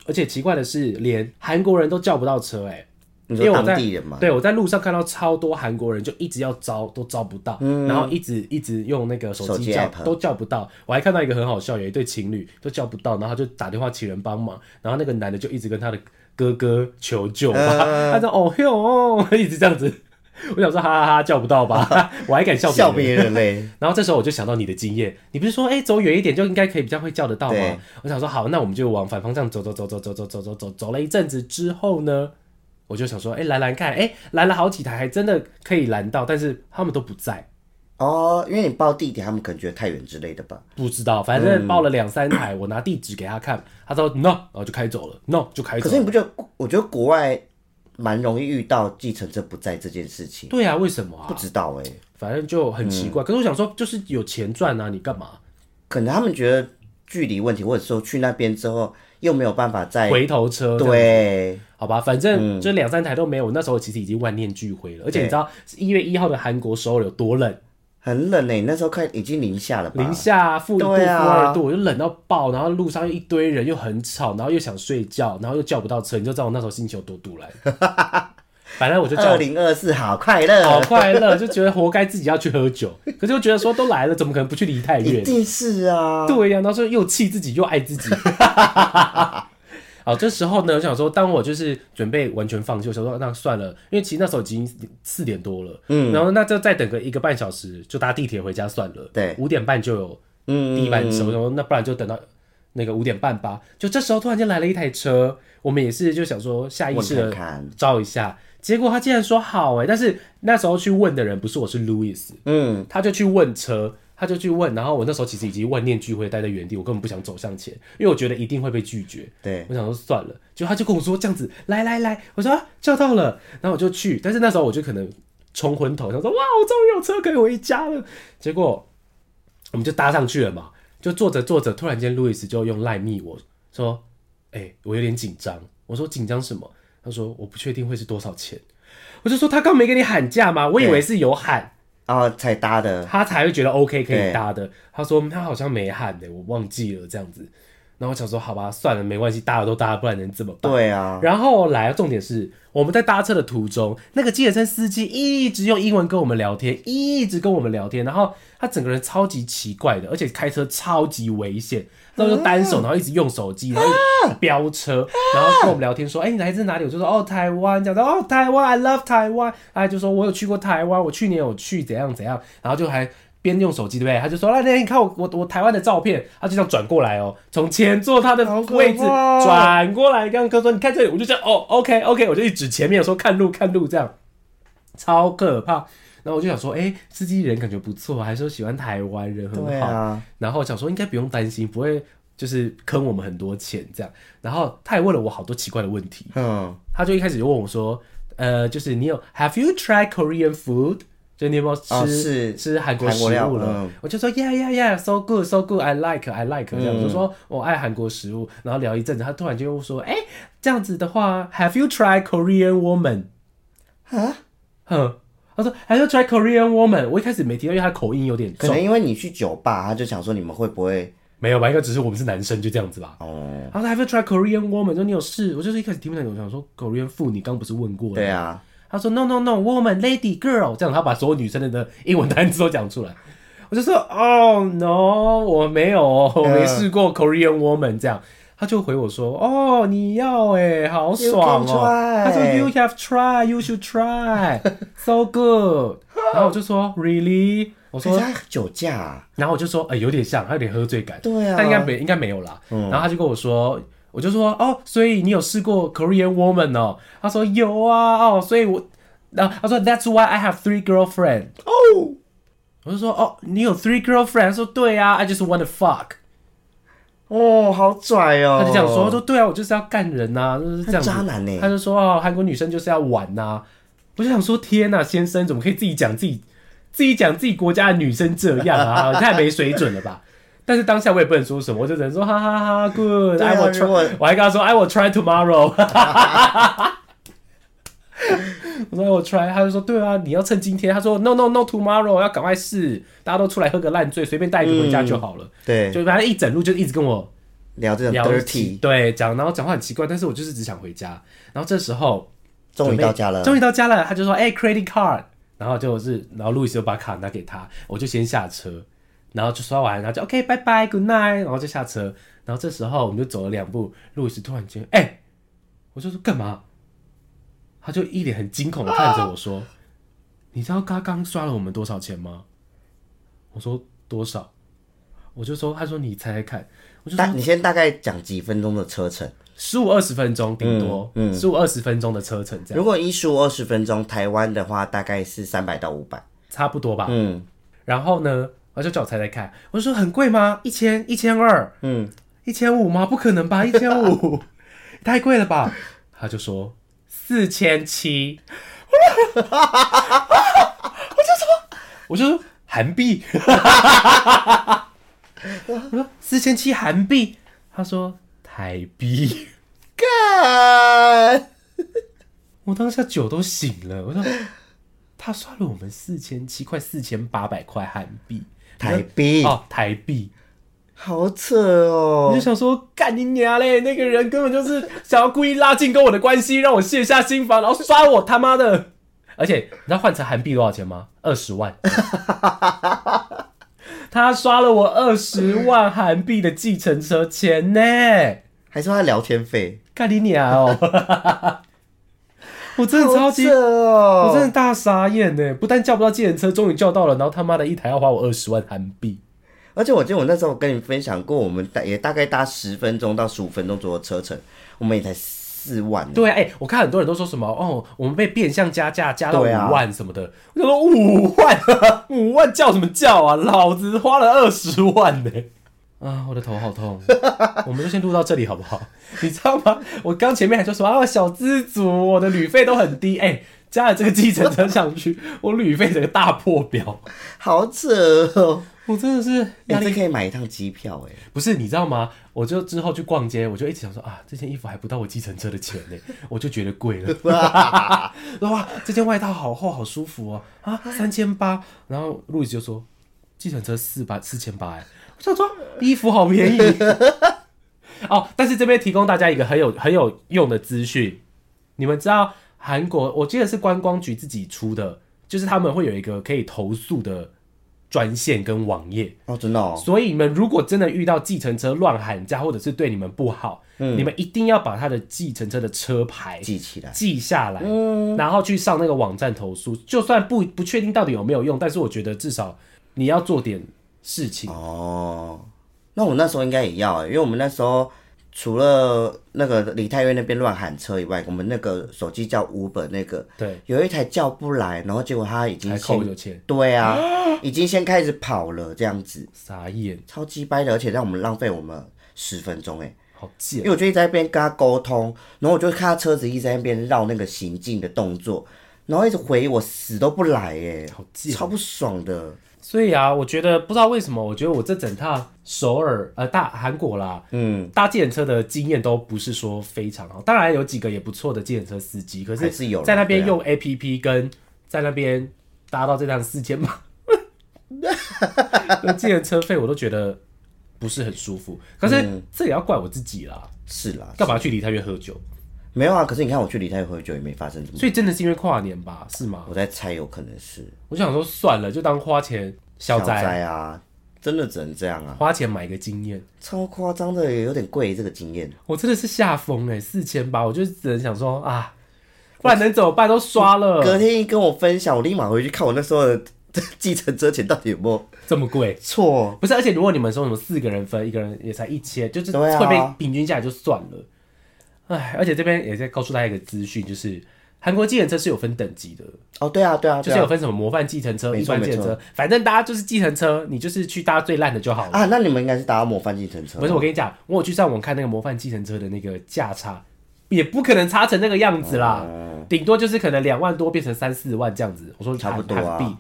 而且奇怪的是，连韩国人都叫不到车、欸，
你
因为
说
我在
当地人嘛，
对我在路上看到超多韩国人，就一直要招都招不到，然后一直一直用那个手
手
机
机
叫
app
都叫不到。我还看到一个很好笑，有一对情侣都叫不到，然后他就打电话请人帮忙，然后那个男的就一直跟他的哥哥求救吧，他说哦哟 哦，一直这样子。我想说哈哈哈，叫不到吧？ 我还敢笑别人
笑别人嘞，
然后这时候我就想到你的经验，你不是说哎、走远一点就应该可以比较会叫得到吗
对？
我想说好，那我们就往反方向走走走走走走走走走走了一阵子之后呢，我就想说，哎、拦拦看，哎、拦了好几台，还真的可以拦到，但是他们都不在，
哦，因为你报地点，他们可能觉得太远之类的吧。
不知道，反正报了两三台，我拿地址给他看，他说 no，然后就开走了，no 就开走
可是
了。
你不觉得？我觉得国外蛮容易遇到计程车不在这件事情，
对啊，为什么
不
啊？
知道哎、
反正就很奇怪。可是我想说，就是有钱赚啊，你干嘛
可能他们觉得距离问题，或者说去那边之后又没有办法再
回头车？
对，
好吧，反
嗯
正就两三台都没有。我那时候其实已经万念俱灰了，而且你知道一月一号的韩国首尔有多冷，
很冷哎、那时候快已经零下了吧？
零下啊负一度、负
对啊
二度，我就冷到爆。然后路上又一堆人，又很吵，然后又想睡觉，然后又叫不到车，你就知道我那时候心情有多堵然。 反正我就叫
二零二四好快乐，
好快乐，就觉得活该自己要去喝酒。可是又觉得说都来了，怎么可能不去梨泰
一
院？
定是啊。
对呀、然后说又气自己又爱自 己。好，这时候呢，我想说，当我就是准备完全放弃，我想说那算了，因为其实那时候已经四点多了，嗯，然后那就再等个一个半小时，就搭地铁回家算了。
对
五点半就有
嗯，
第一班车，我想说那不然就等到那个五点半吧。就这时候突然间来了一台车，我们也是就想说下意识
问
的
看看
照一下，结果他竟然说好哎、但是那时候去问的人不是我是 Louis，
嗯，
他就去问车，他就去问，然后我那时候其实已经万念俱灰，待在原地，我根本不想走向前，因为我觉得一定会被拒绝。
对，
我想说算了，就他就跟我说这样子，来来来，我说、啊、叫到了，然后我就去，但是那时候我就可能冲昏头，想说哇，我终于有车可以回家了。结果我们就搭上去了嘛，就坐着坐着，突然间路易斯就用赖密我说，哎、我有点紧张。我说紧张什么？他说我不确定会是多少钱。我就说他刚没给你喊价吗？我以为是有喊。
哦，才搭的，
他才会觉得 OK 可以
对
搭的。他说他好像没喊的、我忘记了这样子。然后我想说，好吧，算了，没关系，搭了都搭了，不然能怎么办？
对啊，
然后来，重点是我们在搭车的途中，那个计程车司机一直用英文跟我们聊天，一直跟我们聊天，然后他整个人超级奇怪的，而且开车超级危险，然后就单手，然后一直用手机，然后一直飙车，然后跟我们聊天说，哎，你来自哪里？我就说哦，台湾，这样子，哦，台湾，I love 台湾，他就说我有去过台湾，我去年有去怎样怎样，然后就还。边用手机对不对？他就说：“来来，你看我我我台湾的照片。”他就这样转过来哦，从前座他的
可
位置
怕
转反过来跟哥说：“你看这里。”我就这样哦，OK OK，我就一指前面说看路看路，这样超可怕。然后我就想说，哎、司机人感觉不错，还说喜欢台湾人很
对
好。
啊，
然后我想说应该不用担心，不会就是坑我们很多钱这样。然后他也问了我好多奇怪的问题，
嗯，
他就一开始就问我说：“呃，就是你有 Have you tried Korean food？” 就你有没有吃、
哦是
吃韩国食物
韩
了？
国料嗯
我就说 Yeah Yeah Yeah，so good，so good，I like，I like，这样、我就说我爱韩国食物。然后聊一阵子，他突然就说：“哎、这样子的话，Have you tried Korean woman？”
啊，
哼，他说 Have you tried Korean woman？我一开始没提到，因为他口音有点
可
重，
能因为你去酒吧，他就想说你们会不会
没有吧？应该只是我们是男生，就这样子吧。
哦，
他说 Have you tried Korean woman？说你有试？我就是一开始听不懂，我想说 Korean food，你刚不是问过了吗？
对啊，
他说 no no no woman lady girl，这样他把所有女生的英文单词都讲出来。我就说哦 no，我没有，我没试
嗯
过 Korean woman 这样。他就回我说哦你要哎、好爽
You can
哦。
try
他说 you have try you should try so good。然后我就说 really，我
可
说
是他酒驾啊、
然后我就说，哎、有点像，他有点喝醉感。
对啊嗯
但应该没，应该没有啦。然后他就跟我说，我就说，哦，所以你有试过 Korean woman 哦？他说有啊，哦，所以我，然后他说 That's why I have three girlfriend。
哦，
我就说，哦，你有 three girlfriend？他说对啊，I just want to fuck。
哦，好拽哦，
他就这样说，他说对啊，我就是要干人呐、就是这样子。
他渣男欸
他就说哦，韩国女生就是要玩呐、我就想说，天呐、先生怎么可以自己讲自己自己讲自己国家的女生这样啊？太没水准了吧！但是当下我也不能说什么，我就只能说哈哈哈，good，
对啊
I will
如果
try，我还跟他说 I will try tomorrow。我说我 try，他就说对啊，你要趁今天。他说 no no no tomorrow，要赶快试，大家都出来喝个烂醉，随便带一个回家就好了。
对，
就反正一整路就一直跟我
聊这种
聊起
dirty，
对，讲然后讲话很奇怪，但是我就是只想回家。然后这时候
终于
准备
到家了，
终于到家了，他就说：“哎、c r e d i t card。”然后就是，然后路易斯就把卡拿给他，我就先下车，然后就刷完，然后就 OK，拜拜，Good night，然后就下车。然后这时候我们就走了两步，路易斯突然间，哎、我就说干嘛？他就一脸很惊恐的看着我说：“你知道刚刚刷了我们多少钱吗？”我说：“多少？”我就说：“他说你猜猜看。”我就
大
说
你先大概讲几分钟的车程。
十五二十分钟顶多，十五二十分钟的车程这样，
如果一十五二十分钟，台湾的话大概是三百到五百。
差不多吧。
嗯，
然后呢，我就叫我猜猜看，我就说很贵吗？一千、一千二，
嗯，
一千五吗？不可能吧，一千五太贵了吧？他就说四千七，我就说，我就说韩币，我说四千七韩币，他说台币，
干，
我当下酒都醒了，我说 他算了我们四千七，快四千八百块韩币，
台币、
哦台币。
好扯哦
我就。想说，干你娘嘞！那个人根本就是想要故意拉近跟我的关系，让我卸下心防，然后刷我他妈的！而且你知道换成韩币多少钱吗？二十万。 他刷了我二十万韩币的计程车钱呢！
还说他聊天费，
干你娘哦！ 我真的超级
好扯，哦
我真的大傻眼呢！不但叫不到计程车，终于叫到了，然后他妈的一台要花我二十万韩币。
而且我记得我那时候跟你分享过，我们大也大概搭十分钟到十五分钟左右的车程，我们也才四万呢。
对啊，哎、我看很多人都说什么哦，我们被变相加价加到五
对啊
万什么的，我想说五万， 五万叫什么叫啊？老子花了二十万呢、啊，我的头好 痛，我们就先录到这里好不好？你知道吗？我刚前面还说什么啊，小资族，我的旅费都很低，哎、加了这个计程车上去，我旅费整个大破表，
好扯哦！
我真的是
你
压力
哎这可以买一趟机票哎，
不是，你知道吗？我就之后去逛街，我就一直想说啊，这件衣服还不到我计程车的钱呢，我就觉得贵了。哇，这件外套好厚，好舒服哦，啊，三千八。然后路易斯就说，计程车四八四千八哎，我想说衣服好便宜。哦，但是这边提供大家一个很有很有用的资讯，你们知道韩国，我记得是观光局自己出的，就是他们会有一个可以投诉的专线跟网页。
哦，真的哦，
所以你们如果真的遇到计程车乱喊价，或者是对你们不好，你们一定要把他的计程车的车牌
嗯记起来。嗯
记下来，然后去上那个网站投诉。就算不不确定到底有没有用，但是我觉得至少你要做点事情。
哦，那我那时候应该也要、欸，因为我们那时候除了那个梨泰院那边乱喊车以外，我们那个手机叫 Uber 那个，
对，
有一台叫不来，然后结果他已经
还扣
先
我钱，
对啊，已经先开始跑了这样子，
傻眼，
超鸡掰的，而且让我们浪费我们十分钟哎、欸
好
因
贱。
为我就一直在那边跟他沟通，然后我就看他车子一直在那边绕那个行进的动作，然后一直回我死都不来哎、欸
好贱
超不爽的。
所以啊，我觉得不知道为什么，我觉得我这整趟首尔呃大韩国啦，
嗯，
搭计程车的经验都不是说非常好，当然有几个也不错的计程车司机，可
还是有啦
在那边
对啊
用 APP 跟在那边搭到这趟四千 吧，那计程车费我都觉得不是很舒服。可是这也要怪我自己啦，
嗯是啦，
干嘛去离太远喝酒？
没有啊，可是你看我去梨泰院喝酒也没发生什么，
所以真的是因为跨年吧？是吗？
我在猜有可能是
我就想说算了，就当花钱消灾，
灾啊，真的只能这样啊，
花钱买个经验。
超夸张的，也有点贵这个经验。
我真的是吓疯哎，四千八，我就只能想说啊，不然能怎么办？都刷了，
隔天一跟我分享，我立马回去看我那时候的 计程车钱到底有没有
这么贵。
错。
不是，而且如果你们说什么四个人分，一个人也才一千，就是
对啊
会被平均下来就算了。哎、而且这边也在告诉大家一个资讯，就是韩国计程车是有分等级的，
哦，对啊，对啊，
就
对
是有
啊。
分什么模范计程车、
没
一
错
般计程车，反正大家就是计程车，你就是去搭最烂的就好了。
啊，那你们应该是搭模范计程车
不，是，我跟你讲，我有去上网看那个模范计程车的那个价差，也不可能差成那个样子啦，顶、多就是可能两万多变成三四万这样子。我说
啊差不多
韩
啊
韩币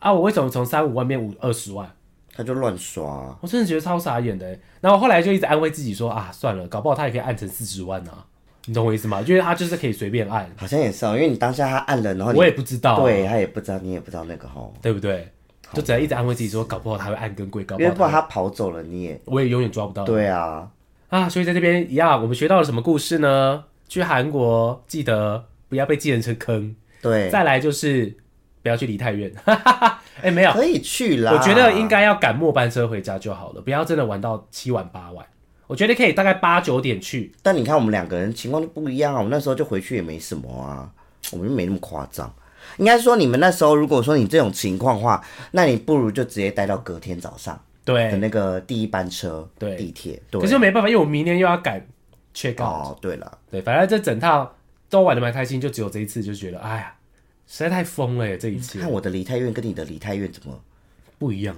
啊，我为什么从三五万变五二十万？
他就乱刷啊。
我真的觉得超傻眼的欸。然后我后来就一直安慰自己说啊，算了，搞不好他也可以按成四十万啊，你懂我意思吗？因为他就是可以随便按，
好像也是哦，因为你当下他按了，然后你
我也不知道、啊，
对他也不知道，你也不知道那个吼，
对不对？就只能一直安慰自己说，搞不好他会按更贵，搞
因为
不
不然
好他哦
他跑走了，你也
我也永远抓不到
对啊，
啊。所以在这边一样，我们学到了什么故事呢？去韩国记得不要被计程车坑，
对，
再来就是不要去离太远。 哎、没有，
可以去啦。
我觉得应该要赶末班车回家就好了，不要真的玩到七晚八晚。我觉得可以大概八九点去，
但你看我们两个人情况就不一样啊，我们那时候就回去也没什么啊，我们就没那么夸张。应该说你们那时候，如果说你这种情况的话，那你不如就直接待到隔天早上，的
对
那个第一班车，
对
地铁，对
可，是没办法，因为我明年又要赶 check out，、
哦，对了，
对，反正这整趟都玩的蛮开心，就只有这一次就觉得，哎呀，实在太疯了耶！这一次
看我的梨泰院跟你的梨泰院怎么？
不一样，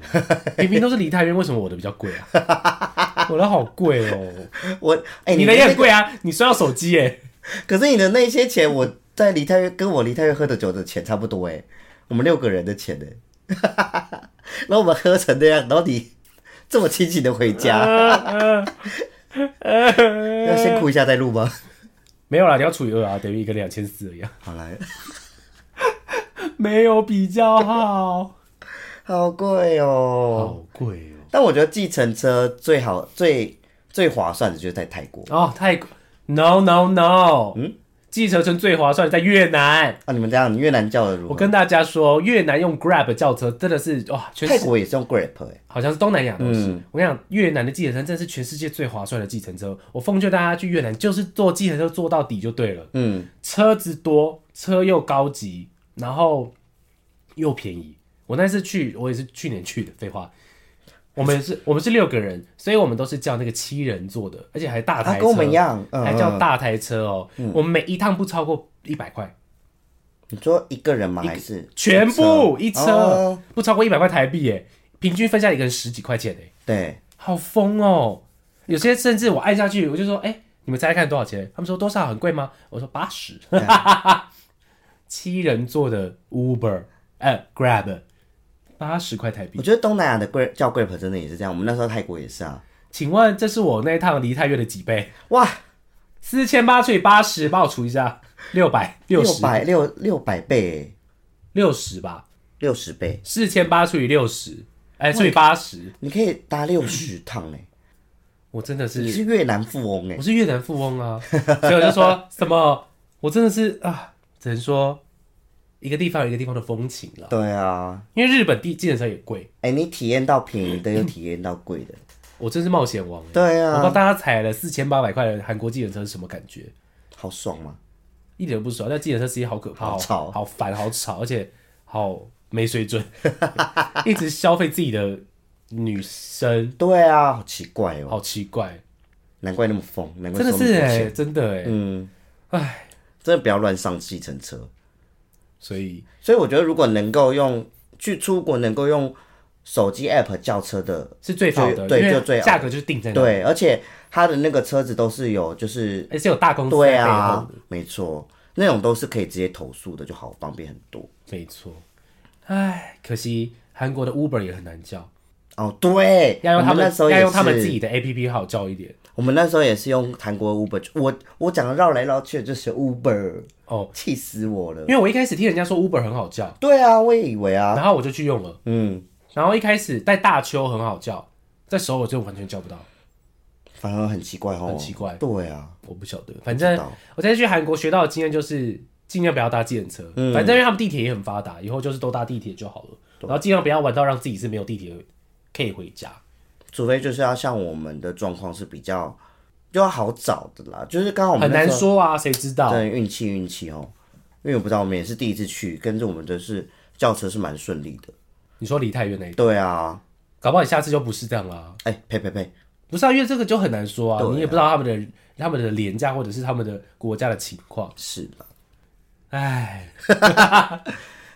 明明都是梨泰院，为什么我的比较贵啊？ 我的好贵哦，
我哎、
你的也很贵啊，你摔到手机耶！
可是你的那些钱，我在梨泰院跟我梨泰院喝的酒的钱差不多哎、我们六个人的钱呢、 然后我们喝成那样，然后你这么清醒的 回家，要先哭一下再录吗？
没有啦，你要除以二啊，等于一个两千四啊一样，
好来，
没有比较好，
好贵哦、
好贵哦。
但我觉得计程车最好、最最划算的就是在泰国
哦，泰国，no no no，嗯，计程车最划算在越南。
啊。你们这样，你越南叫的如
我
何？
跟大家说，越南用 Grab 叫车真的是哇，全
泰
世
国也是用 Grab 哎、
好像是东南亚都是。
嗯
我跟你讲，越南的计程车真的是全世界最划算的计程车。我奉劝大家去越南，就是坐计程车坐到底就对了。
嗯，
车子多，车又高级，然后又便宜。我那次去，我也是去年去的，废话。我们是，我们是六个人，所以我们都是叫那个七人座的，而且还大
啊，
台车，
跟我们一样，嗯，
还叫
嗯
大台车哦。我们每一趟不超过一百块，
你说一个人吗？还是
全部一车、
哦
不超过一百块台币耶，平均分下一个人十几块钱耶，
对，
好疯哦！有些甚至我按下去，我就说，哎、你们猜猜看多少钱？他们说多少很贵吗？我说八十， 七人座的 Uber，呃，Grab，八十块台币
我。觉得东南亚的 Grab 叫 Grab 真的也是这样，我们那时候泰国也是啊。
请问这是我那一趟梨泰院的几倍？
哇，
四千八除以八十，帮我除一下，六百六
六
十
百六六百倍欸，
六十吧，
六十倍，
四千八除以六十，哎，除以八十，
你可以搭六十趟哎，
我真的是
你是越南富翁哎
我，是越南富翁啊，所以我就说什么，我真的是啊，只能说一个地方有一个地方的风情了。
对啊，
因为日本地计程车也贵，
哎，你体验到便宜的又体验到贵的，
我真是冒险王、欸。
对
我
啊，
帮大家踩了四千八百块的韩国计程车是什么感觉？
好爽啊嘛，
一点都不爽。但计程车司机好可怕，哦
好吵
好烦，好吵，而且好没水准， 一直消费自己的女生，
对啊，好奇怪哦，
好奇怪，
难怪那么疯，难怪
真的
收那么
是
多
哎、
钱
真的哎、欸，
嗯，
哎、
真的不要乱上计程车。
所以
所以我觉得如果能够用去出国能够用手机 app 叫车的
是最好的，
对
因为
就最好
价格就是定在那，
对，而且它的那个车子都是有，就是
而且有大公司
对
在背后
啊，没错，那种都是可以直接投诉的，就好方便很多。
没错，唉，可惜韩国的 Uber 也很难叫，
哦，对，
要用他
我们那时候也
要
是
用他们自己，的 APP 好叫一点。
我们那时候也是用韩国 Uber，就我我讲的绕来绕去的就是 Uber，
哦，
气死我了。
因为我一开始听人家说 Uber 很好叫，
对啊，我也以为啊，
然后我就去用了，
嗯，
然后一开始在大邱很好叫，在首尔就完全叫不到，
反而很奇怪哦，
很奇怪
对啊，
我不晓得。反
知
正
道
我在去韩国学到的经验就是尽量不要搭计程车，
嗯
反正因为他们地铁也很发达，以后就是都搭地铁就好了，然后尽量不要玩到让自己是没有地铁可以回家。
除非就是要像我们的状况是比较就要好找的啦，就是刚好我们
很
那时候
难说啊，谁知道？
真的运气运气哦，因为我不知道，我们也是第一次去，跟着我们的是轿车是蛮顺利的。
你说梨泰院那一，
对啊，
搞不好你下次就不是这样啦、
哎、呸呸呸，
不是啊，因为这个就很难说啊，你也不知道他们的他们的廉价或者是他们的国家的情况。
是吧？
唉，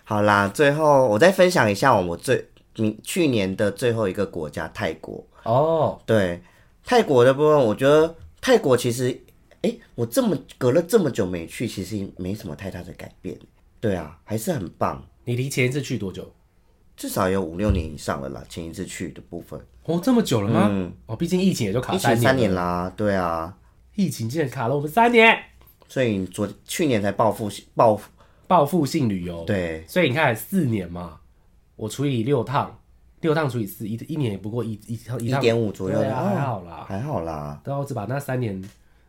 好啦，最后我再分享一下我最明去年的最后一个国家泰国。
哦，
对泰国的部分，我觉得泰国其实，哎、我这么隔了这么久没去，其实没什么太大的改变。对啊，还是很棒，
你离前一次去多久？
至少有五六年以上了啦。前一次去的部分，
哦，这么久了吗？哦，毕竟疫情也就卡
嗯疫
三
情三
年，
年啦，对啊，
疫情竟然卡了我们三年，
所以昨去年才报复报复，
报复性旅游。，
对，
所以你看四年嘛，我除以六趟，六趟除以四，一一年也不过一一趟
一
趟
点五左右，
对啊，
哦
还好啦。
还好啦，
然后我只把那三年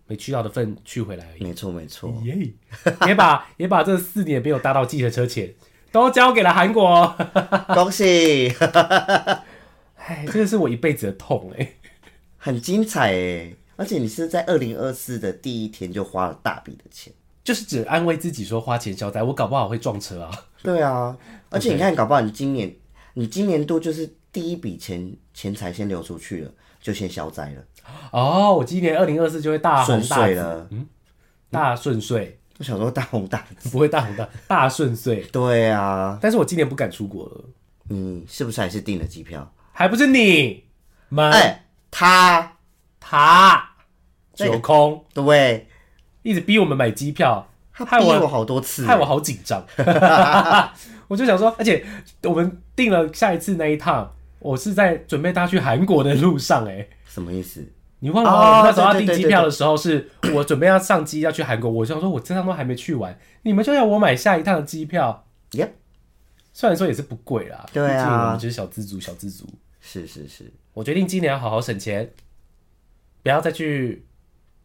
没去到的份去回来而已。
没错没错。
耶，也把也把这四年没有搭到计程车钱都交给了韩国哦。
恭喜，
哎，这个是我一辈子的痛哎、
很精彩哎！而且你是在二零二四的第一天就花了大笔的钱，
就是只安慰自己说花钱消灾，我搞不好会撞车啊。
对啊，而且你看，搞不好你今年你今年度就是第一笔钱钱财先流出去了，就先消灾了，
哦，我今年二零二四就会大
顺
红大
遂
紫嗯
了。
大顺遂，
我想说大红大紫。
不会大红大大顺遂。
对啊，
但是我今年不敢出国了，
嗯，是不是还是订了机票？
还不是你们、
哎、他
他
那个
九空
对，
一直逼我们买机票，
他
害
逼我
我
好多次，欸
害我好紧 张。我就想说，而且我们订了下一次那一趟，我是在准备搭去韩国的路上、哎。
什么意思？
你忘了吗？我们
哦
那时候要
对对
订
对
机票的时候， 是我准备要上机要去韩国，我想说我这趟都还没去完，你们就要我买下一趟的机票，
耶、
虽然说也是不贵啦，
对啊
毕竟我们就是小资族，小资族。
是是是，
我决定今年要好好省钱，不要再去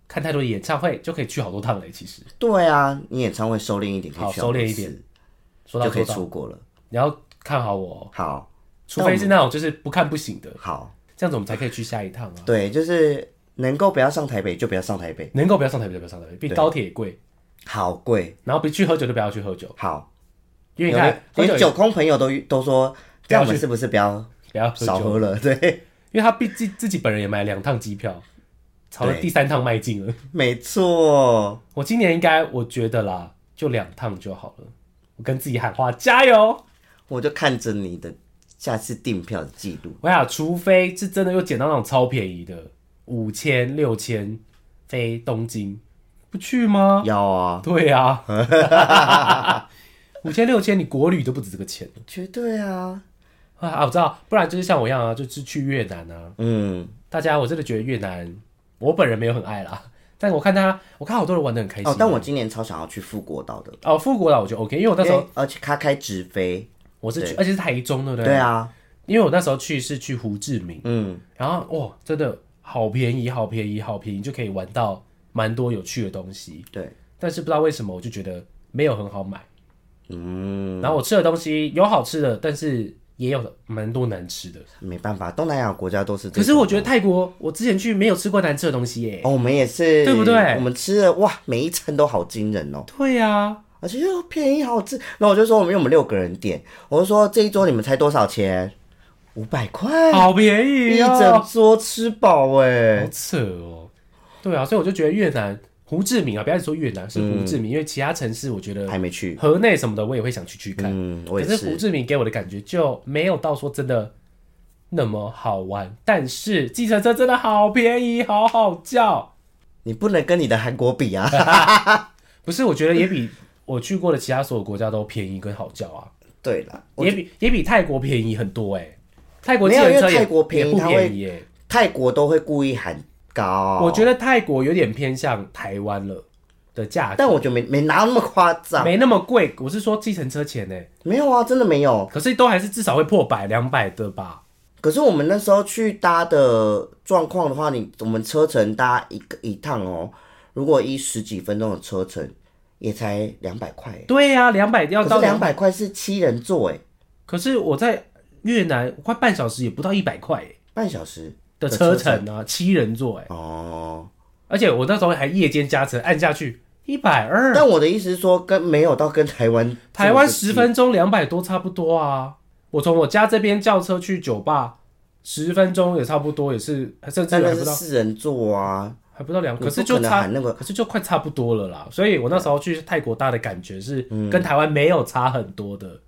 看太多的演唱会，就可以去好多趟了。其实
对啊，你演唱会收敛一点，可以
好
去
收敛
好多
一点
次，
说到
就可
做
以
到，
出国了。
你要看好我哦，
好
除非是那种就是不看不行的，
好，
这样子我们才可以去下一趟啊。
对，就是能够不要上台北就不要上台北，
能够不要上台北就不要上台北，比高铁也贵，
好贵，
然后不去喝酒就不要去喝酒，
好，
因为
有
你看
的
喝酒
连
也
酒空朋友都都说，
不要
叫
去
我们是不是不要
不要喝
少
酒。
喝了？ 对，
因为他毕竟自己本人也买了两趟机票，朝着
对
第三趟迈进了。
没错，
我今年应该我觉得啦，就两趟就好了。我跟自己喊话，加油！
我就看着你的下次订票的记录，
我想，除非是真的又捡到那种超便宜的，五千、六千飞东京，不去吗？
要啊，
对啊， 五千、六千，你国旅都不止这个钱
绝对啊，
啊！啊我知道，不然就是像我一样啊，就是去越南啊，
嗯，
大家，我真的觉得越南，我本人没有很爱啦，但我看他，我看好多人玩的很开心。啊
哦，但我今年超想要去富国岛的，
哦，富国岛我就 OK，因为我那时
因
候
为而且它开直飞，
我是去，而且是台中，对不对？
对啊，
因为我那时候去是去胡志明，
嗯，
然后哇，真的好便宜，好便宜，好便宜，就可以玩到蛮多有趣的东西。
对，
但是不知道为什么，我就觉得没有很好买。
嗯，
然后我吃的东西有好吃的，但是也有蛮多难吃的。
没办法，东南亚国家都是这
可
种，
是我觉得泰国，我之前去没有吃过难吃的东西耶。
哦，我们也是，
对不对
我们吃的哇，每一餐都好惊人哦，
对呀、啊，
而且又哦便宜好吃。然后我就说，我们因为我们六个人点，我就说这一桌你们猜多少钱？五百块，
啊好便宜
一
哦，
整桌吃饱哎、
好扯哦。对啊，所以我就觉得越南胡志明啊，不要说越南是胡志明，因为其他城市我觉得
还没去。
河内什么的，我也会想去去看。
嗯，我
哦可
也
是胡
是。
志明给我的感觉就没有到说真的那么好玩，但是计程车真的好便宜，好好叫。
你不能跟你的韩国比 啊，
不是，我觉得也比我去过的其他所有国家都便宜跟好叫啊，
对啦，我
也比也比泰国便宜很多哎、泰国计
没有
程
因为
车也
泰国便宜
也不
它会
便宜哎、
泰国都会故意喊高，
我觉
得，
得泰国有点偏向台湾了的价格，
但我觉得没没拿那么夸张，
没那么贵。我是说计程车钱呢、欸
没有啊，真的没有。
可是都还是至少会破百两百的吧？
可是我们那时候去搭的状况的话，你我们车程搭一个一趟哦，如果一十几分钟的车程，也才两百块耶。
对呀、啊，两百要
可
到
是两百块是七人座哎，
可是我在越南快半小时也不到一百块欸
半小时
的车程啊，七人座哎，
哦。
而且我那时候还夜间加成按下去一百二，
但我的意思是说，跟没有到跟台湾
台湾
这么
十分钟两百多差不多啊。我从我家这边叫车去酒吧，十分钟也差不多，也是甚至
但
还
那
不
是
到
四人座啊，
还不到两，
你
可是
不
就
可能
差
喊那个
可是就快差不多了啦。所以我那时候去泰国搭的感觉是跟台湾没有差很多的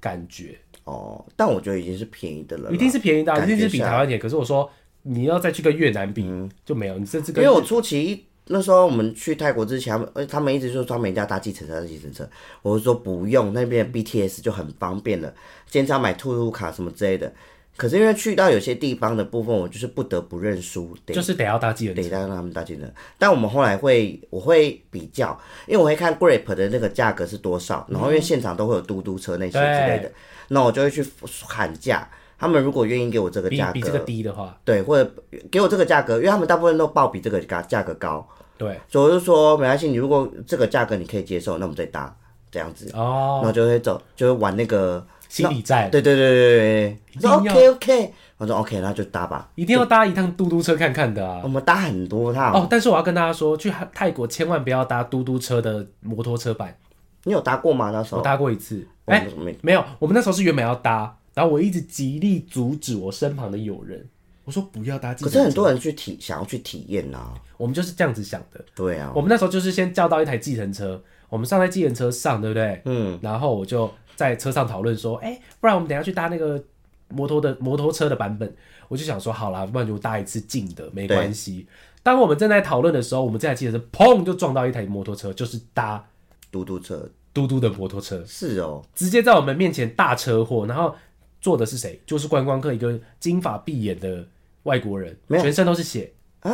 感觉。
哦。但我觉得已经是便宜的了啦，
一定是便宜的啊，一
感觉
定是比
下来嗯
台湾便宜。可是我说你要再去跟越南比，就没有，你甚至
因
跟
为我初期那时候我们去泰国之前，他们呃他们一直说他们一定要搭计程车，搭计程车。我就说不用，那边的 BTS 就很方便了，经常买兔兔卡什么之类的。可是因为去到有些地方的部分，我就是不得不认输，得
就是得要搭计程
得
车。
让他们搭计程车。但我们后来会，我会比较，因为我会看 Grab 的那个价格是多少，然后因为现场都会有嘟嘟车那些之类的，那我就会去喊价。他们如果愿意给我这个
比
价
比这个
格，
低的话，
对，或者给我这个价格，因为他们大部分都报比这个价价格高，
对
所以我就说没关系，你如果这个价格你可以接受，那我们再搭这样子，然
哦，
后就会走，就会玩那个，
心理战
对对对对对
一
对，
定
说
要
OK OK，我说 OK，那就搭吧。
一定要搭一趟嘟嘟车看看的啊
我。们搭很多趟，
哦，但是我要跟大家说，去泰国千万不要搭嘟嘟车的摩托车版，
你有搭过吗？那时
我
候
搭过一次，
我
哎，
们没
没有，我们那时候是原本要搭。然后我一直极力阻止我身旁的友人，我说不要搭计
可
程
是
车。
很多人去体想要去体验呐、
我们就是这样子想的。
对啊，
我们那时候就是先叫到一台计程车，我们上在计程车上，对不对？
嗯，
然后我就在车上讨论说，哎、不然我们等一下去搭那个摩托的摩托车的版本。我就想说，好啦，不然就搭一次近的，没关系。当我们正在讨论的时候，我们这台计程车砰就撞到一台摩托车，就是搭
嘟嘟车
嘟嘟的摩托车，
是哦，
直接在我们面前大车祸。然后坐的是谁？就是观光客，一个金发碧眼的外国人，
没有
全身都是血。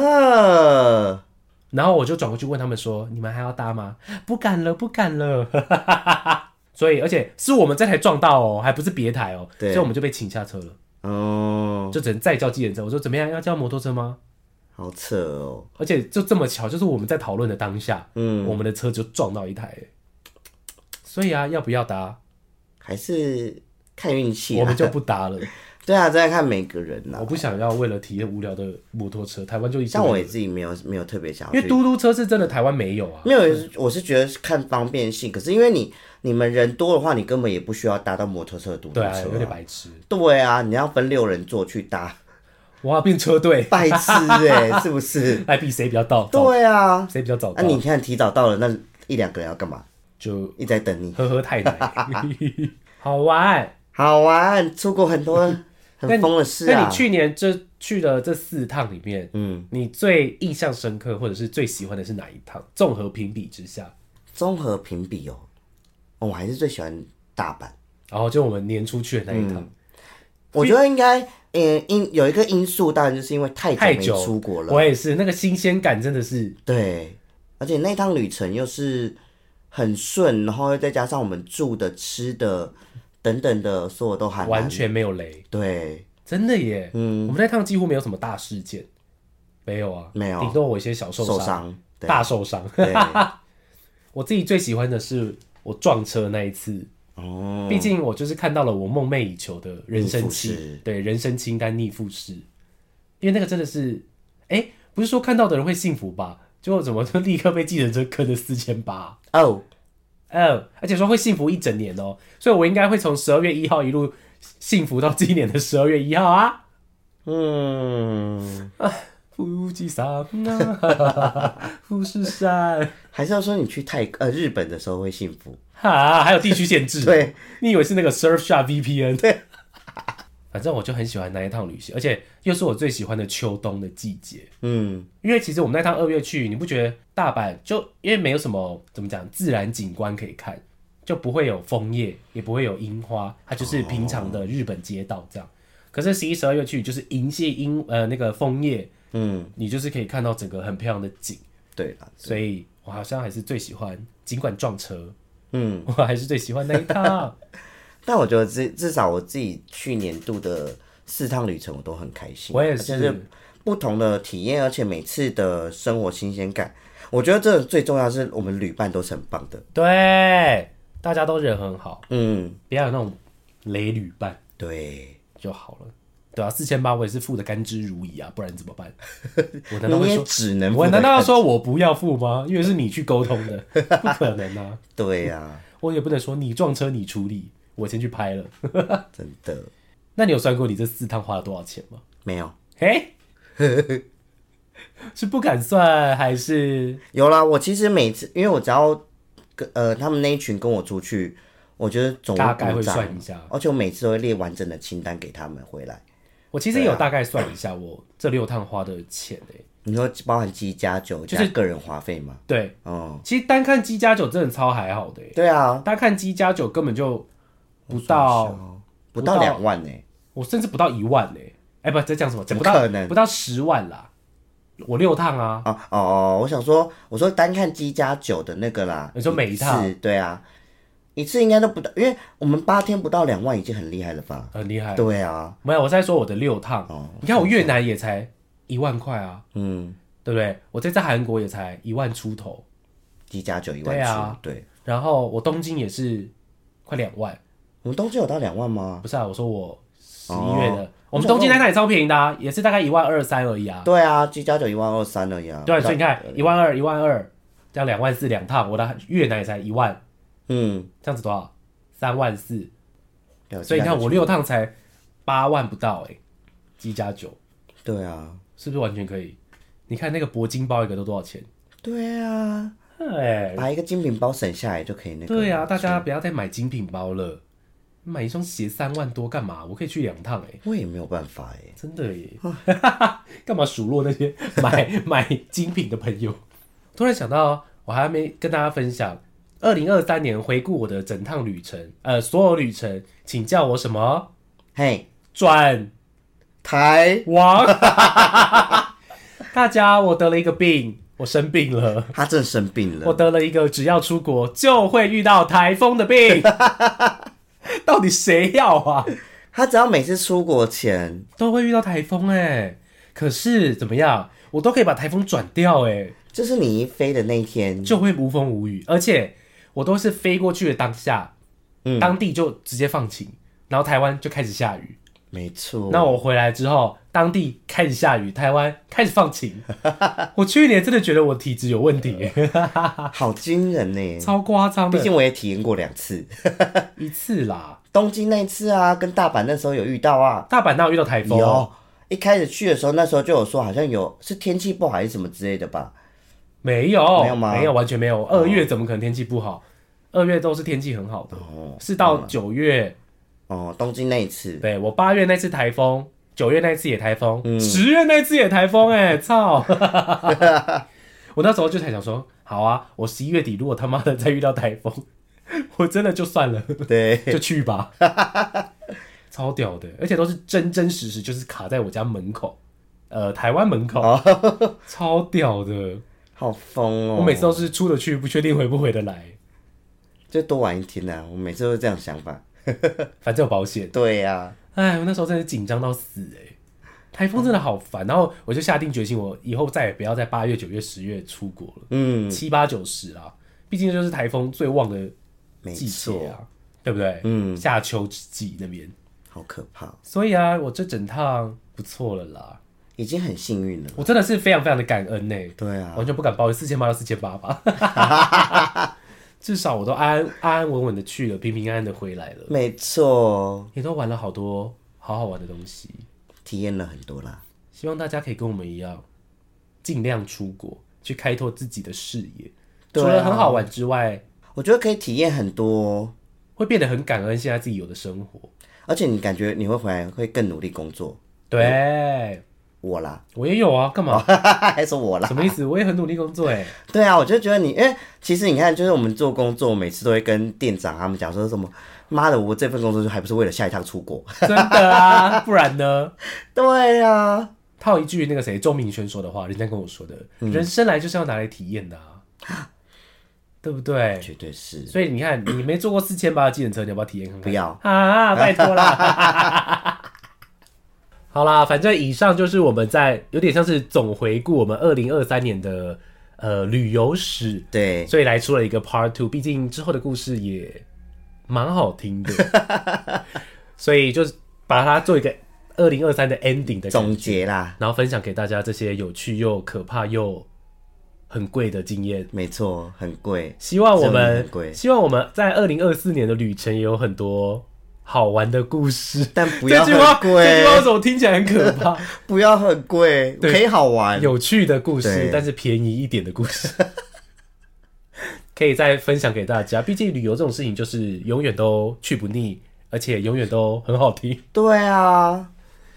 啊，
然后我就转过去问他们说：“你们还要搭吗？”不敢了，不敢了。 所以，而且是我们这台撞到哦，还不是别台哦，所
对
以我们就被请下车了，
哦，
就只能再叫计程车。我说：“怎么样？要叫摩托车吗
好扯哦，？”
而且就这么巧，就是我们在讨论的当下，
嗯，
我们的车就撞到一台。所以啊，要不要搭？
还是看运气
我们
啊。
就不搭了。
对啊，这要看每个人呐、
我不想要为了体验无聊的摩托车，台湾就一直
像我
没
也
有
自己没有没有特别想要
因
去
为嘟嘟车是真的台湾没有啊。
没有，我是觉得是看方便性。可是因为你你们人多的话，你根本也不需要搭到摩托车的嘟嘟车、
对啊，有点白痴，
对啊，你要分六人座去搭，
我要变车队
白痴哎、是不是？
来比谁比较到，早
对啊，
谁比较早
那、
到，
你看提早到了，那一两个人要干嘛？
就
一直在等你，
喝喝太 奶，好玩。
好玩，出国 很多
那
很
你
疯的事
那
啊
你。去年这去了这四趟里面，
嗯，
你最印象深刻或者是最喜欢的是哪一趟？综合评比之下，
综合评比哦，哦我还是最喜欢大阪。
然后就我们年初去的那一
嗯
趟，
我觉得应该，呃，因有一个因素，当然就是因为太
太
久没
久
出国了。
我也是，那个新鲜感真的是
对，而且那趟旅程又是很顺，然后又再加上我们住的、吃的等等的，所有都还蛮
完全没有雷，
对，
真的耶。嗯，我们那趟几乎没有什么大事件，没有啊，
没有
顶多我一些小受
受
伤，
伤，对
大受伤。
对，
我自己最喜欢的是我撞车那一次，
哦，
毕竟我就是看到了我梦寐以求的人生
逆
清
复式
对人生清单逆复式，因为那个真的是，哎、不是说看到的人会幸福吧？结果怎么就立刻被计程车坑了四千八？
哦，
嗯，而且说会幸福一整年哦、所以我应该会从十二月一号一路幸福到今年的十二月一号啊！
嗯，
富士山啊，富士山，
还是要说你去泰呃日本的时候会幸福，
哈，还有地区限制，
对，
你以为是那个 Surfshark VPN？对， 反正我就很喜欢那一趟旅行，而且又是我最喜欢的秋冬的季节。
嗯，
因为其实我们那趟二月去，你不觉得大阪就因为没有什么怎么讲自然景观可以看，就不会有枫叶，也不会有樱花，它就是平常的日本街道这样。可是十一、十二月去就是银屑樱呃那个枫叶，
嗯，
你就是可以看到整个很漂亮的景，
对了，
所以我好像还是最喜欢，尽管撞车，
嗯，
我还是最喜欢那一趟。
但我觉得至至少我自己去年度的四趟旅程我都很开心，
我 也
就是不同的体验，而且每次的生活新鲜感，我觉得这最重要是我们旅伴都是很棒的，
对，大家都人很好，
嗯。
不要有那种雷旅伴
对，
就好了。对啊，四千八我也是付的甘之如饴啊，不然怎么办？我难道
你
会
也
说，
只能
我
负
难
担
道要说我不要付吗？因为是你去沟通的， 不可能啊！
对呀、
我也不能说你撞车你处理，我先去拍了。
真的
那你有算过你这四趟花了多少钱吗？
没有
嘿， 是不敢算还是
有啦。我其实每次，因为我只要跟呃他们那一群跟我出去，我觉得总
大概
鼓
会
掌
算一下？
而且我每次都会列完整的清单给他们回来。
我其实
啊
也有大概算一下我这六趟花的钱欸诶、
你说包含机加酒加个人花费吗？
对，
哦、
其实单看鸡加酒真的超还好的耶，
对啊，
单看鸡加酒根本就不到，
不
不
到
到
两万呢、
我甚至不到一万呢。哎、不，在讲什么？
怎么
不到
可能
不到十万啦，我六趟啊，
啊哦哦，我想说，我说单看机加酒的那个啦，
你说每一趟
次对啊，一次应该都不到，因为我们八天不到两万已经很厉害了吧？
很厉害。
对啊，
没有，我在说我的六趟。
哦
你看我越南也才一万块啊，
嗯，
对不对？我这次韩国也才一万出头，
机加酒一
对
万
啊
出，对，
然后我东京也是快两万，
我们东京有到两万吗？
不是啊？我说我十一月的，
哦
我们东京那趟也超便宜的、啊，也是大概一万二三而已啊。
对啊，机加酒一万二三而已啊。
对，所以你看一万二一万二，这样两万四两趟，我的越南也才一万。
嗯，
这样子多少？三万四，
对我
所以你
呃其他
看
的
我六趟才八万不到哎、欸，机加九
对啊，
是不是完全可以？你看那个铂金包一个都多少钱？
对啊，
哎，
把一个精品包省下来就可以那个。
对啊，大家不要再买精品包了，买一双鞋三万多干嘛？我可以去两趟哎、
我也没有办法哎。
真的耶， 干嘛数落那些买 买精品的朋友？突然想到，我还没跟大家分享，二零二三年回顾我的整趟旅程，呃，所有旅程，请叫我什么？
嘿，
转
台
王。 大家，我得了一个病，我生病了，
他正生病
我
了，
得了一个只要出国就会遇到台风的病。 到底谁要啊？
他只要每次出国前，
都会遇到台风哎、可是怎么样，我都可以把台风转掉哎、
就是你一飞的那一天，
就会无风无雨，而且我都是飞过去的当下，
嗯
当地就直接放晴，然后台湾就开始下雨。
没错。
那我回来之后，当地开始下雨，台湾开始放 晴。我去年真的觉得我体质有问题，
好惊人呢！
超夸张
呃毕
的，
竟我也体验过两次，
一次啦。
东京那一次啊，跟大阪那时候有遇到啊，
大阪那有遇到台风，
有。一开始去的时候，那时候就有说好像有是天气不好还是什么之类的吧？
没有？
没有吗
完全没有。二月怎么可能天气不好？二月都是天气很好的，
哦
是到九月。
哦，东京那 一次，
对我八月那次台风，九月那次也台风，十、月那次也台风、哎，操！我那时候就才想说，好啊，我十一月底如果他妈的再遇到台风， 我真的就算了，
对，
就去吧，超屌的，而且都是真真实实，就是卡在我家门口，呃，台湾门口，超屌的。
好疯哦！
我每次都是出得去，不确定回不回得来，
就多玩一天呐、啊，我每次都是这样想法。
反正有保险。
对啊呀、
哎，我那时候真的紧张到死哎、台风真的好烦。然后我就下定决心，我以后再也不要在八月、九月、十月出国了，
嗯，
七八九十啦，毕竟就是台风最旺的
没
季节
错，
啊，对不对？
嗯，
夏秋之际那边，
好可怕，
所以啊，我这整趟不错了啦，
已经很幸运了。
我真的是非常非常的感恩呢、
对啊，
完全不敢抱怨四千八到四千八吧， 至少我都安安安安稳稳的去了，平平安安的回来了，
没错，
也都玩了好多好好玩的东西。
体验了很多啦。
希望大家可以跟我们一样，尽量出国去开拓自己的视野。
对啊
除了很好玩之外，
我觉得可以体验很多，哦
会变得很感恩现在自己有的生活。
而且你感觉你会回来会更努力工作。
对，
我啦，
我也有啊，干嘛？
还说我啦。
什么意思？我也很努力工作哎、
对啊，我就觉得你，因为其实你看，就是我们做工作，每次都会跟店长他们讲说什么，妈的，我这份工作就还不是为了下一趟出国。
真的啊，不然呢？
对啊，
套一句那个谁周明轩说的话，人家跟我说的，
嗯
人生来就是要拿来体验的啊，对不对？
绝对是。
所以你看，你没坐过四千八的计程车，你要不要体验看看？
不要
啊，拜托啦！ 好啦，反正以上就是我们在有点像是总回顾我们二零二三年的呃旅游史，
对，
所以来出了一个 Part Two。毕竟之后的故事也蛮好听的， 所以就是把它做一个二零二三的 ending 的感觉
总结啦，
然后分享给大家这些有趣又可怕又很贵的经验。
没错，很贵。
希望我
真的
们
很贵
希望我们在二零二四年的旅程也有很多好玩的故事。
但不要
这句话，
很贵
这句话怎么听起来很可 怕？
不要很贵，可以好玩。
有趣的故事
对，
但是便宜一点的故事，可以再分享给大家。毕竟旅游这种事情就是永远都去不腻，而且永远都很好听。
对啊，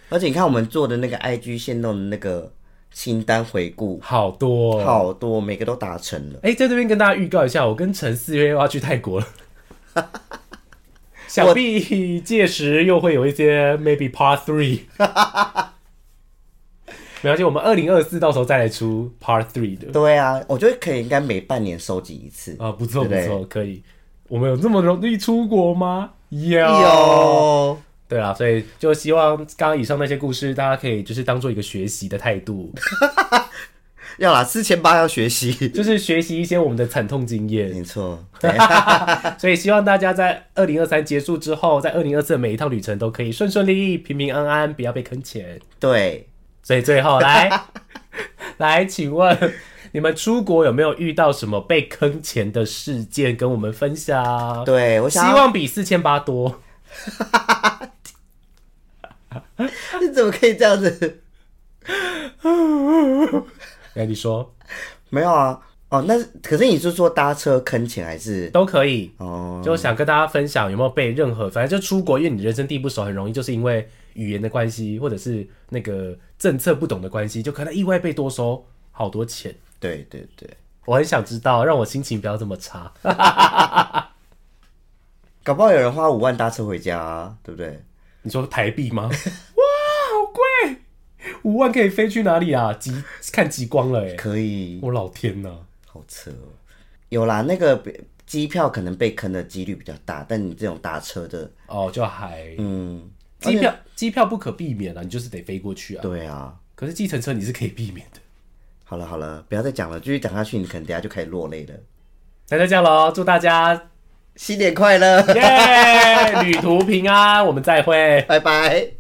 而且你看我们做的那个 IG 限动的那个清单回顾，
好多、哦。
好多每个都达成了。
哎、在这边跟大家预告一下，我跟陈四月又要去泰国了。想必届时又会有一些 maybe part three，没关系，我们二零二四到时候再来出 part three 的
对啊，我觉得可以应该每半年收集一次。
啊，不错不
对
错，可以。我们有这么容易出国吗？有
有，
对啦，所以就希望刚刚以上那些故事，大家可以就是当做一个学习的态度，
要啦，四千八要学习。
就是学习一些我们的惨痛经验。
没 错，
所以希望大家在二零二三结束之后，在二零二四的每一趟旅程都可以顺顺利利、平平安安，不要被坑钱。
对，
所以最后来 来，请问你们出国有没有遇到什么被坑钱的事件跟我们分享？
对，我
希
想要
望比四千八多。
你怎么可以这样子？
哎，你说
没有啊，哦，那可是你是说搭车坑钱还是？
都可以，
哦，
就想跟大家分享有没有被任何，反正就出国，因为你人生地不熟，很容易就是因为语言的关系，或者是那个政策不懂的关系，就可能意外被多收好多钱。
对对对，
我很想知道，让我心情不要这么差。
搞不好有人花五万搭车回家、啊，对不对？
你说台币 吗？哇，好贵！五万可以飞去哪里 啊？极看极光了哎、
可以，
我老天呐、
好扯哦。有啦，那个别机票可能被坑的几率比较大，但你这种搭车的，
哦，就还
嗯，
机票，机票不可避免啊，你就是得飞过去啊。
对啊。
可是计程车你是可以避免的。
好了好了，不要再讲了，继续讲下去，你可能等下就开始落泪了。
那就这样喽，祝大家
新年快乐，
耶、旅途平安，我们再会。
拜拜。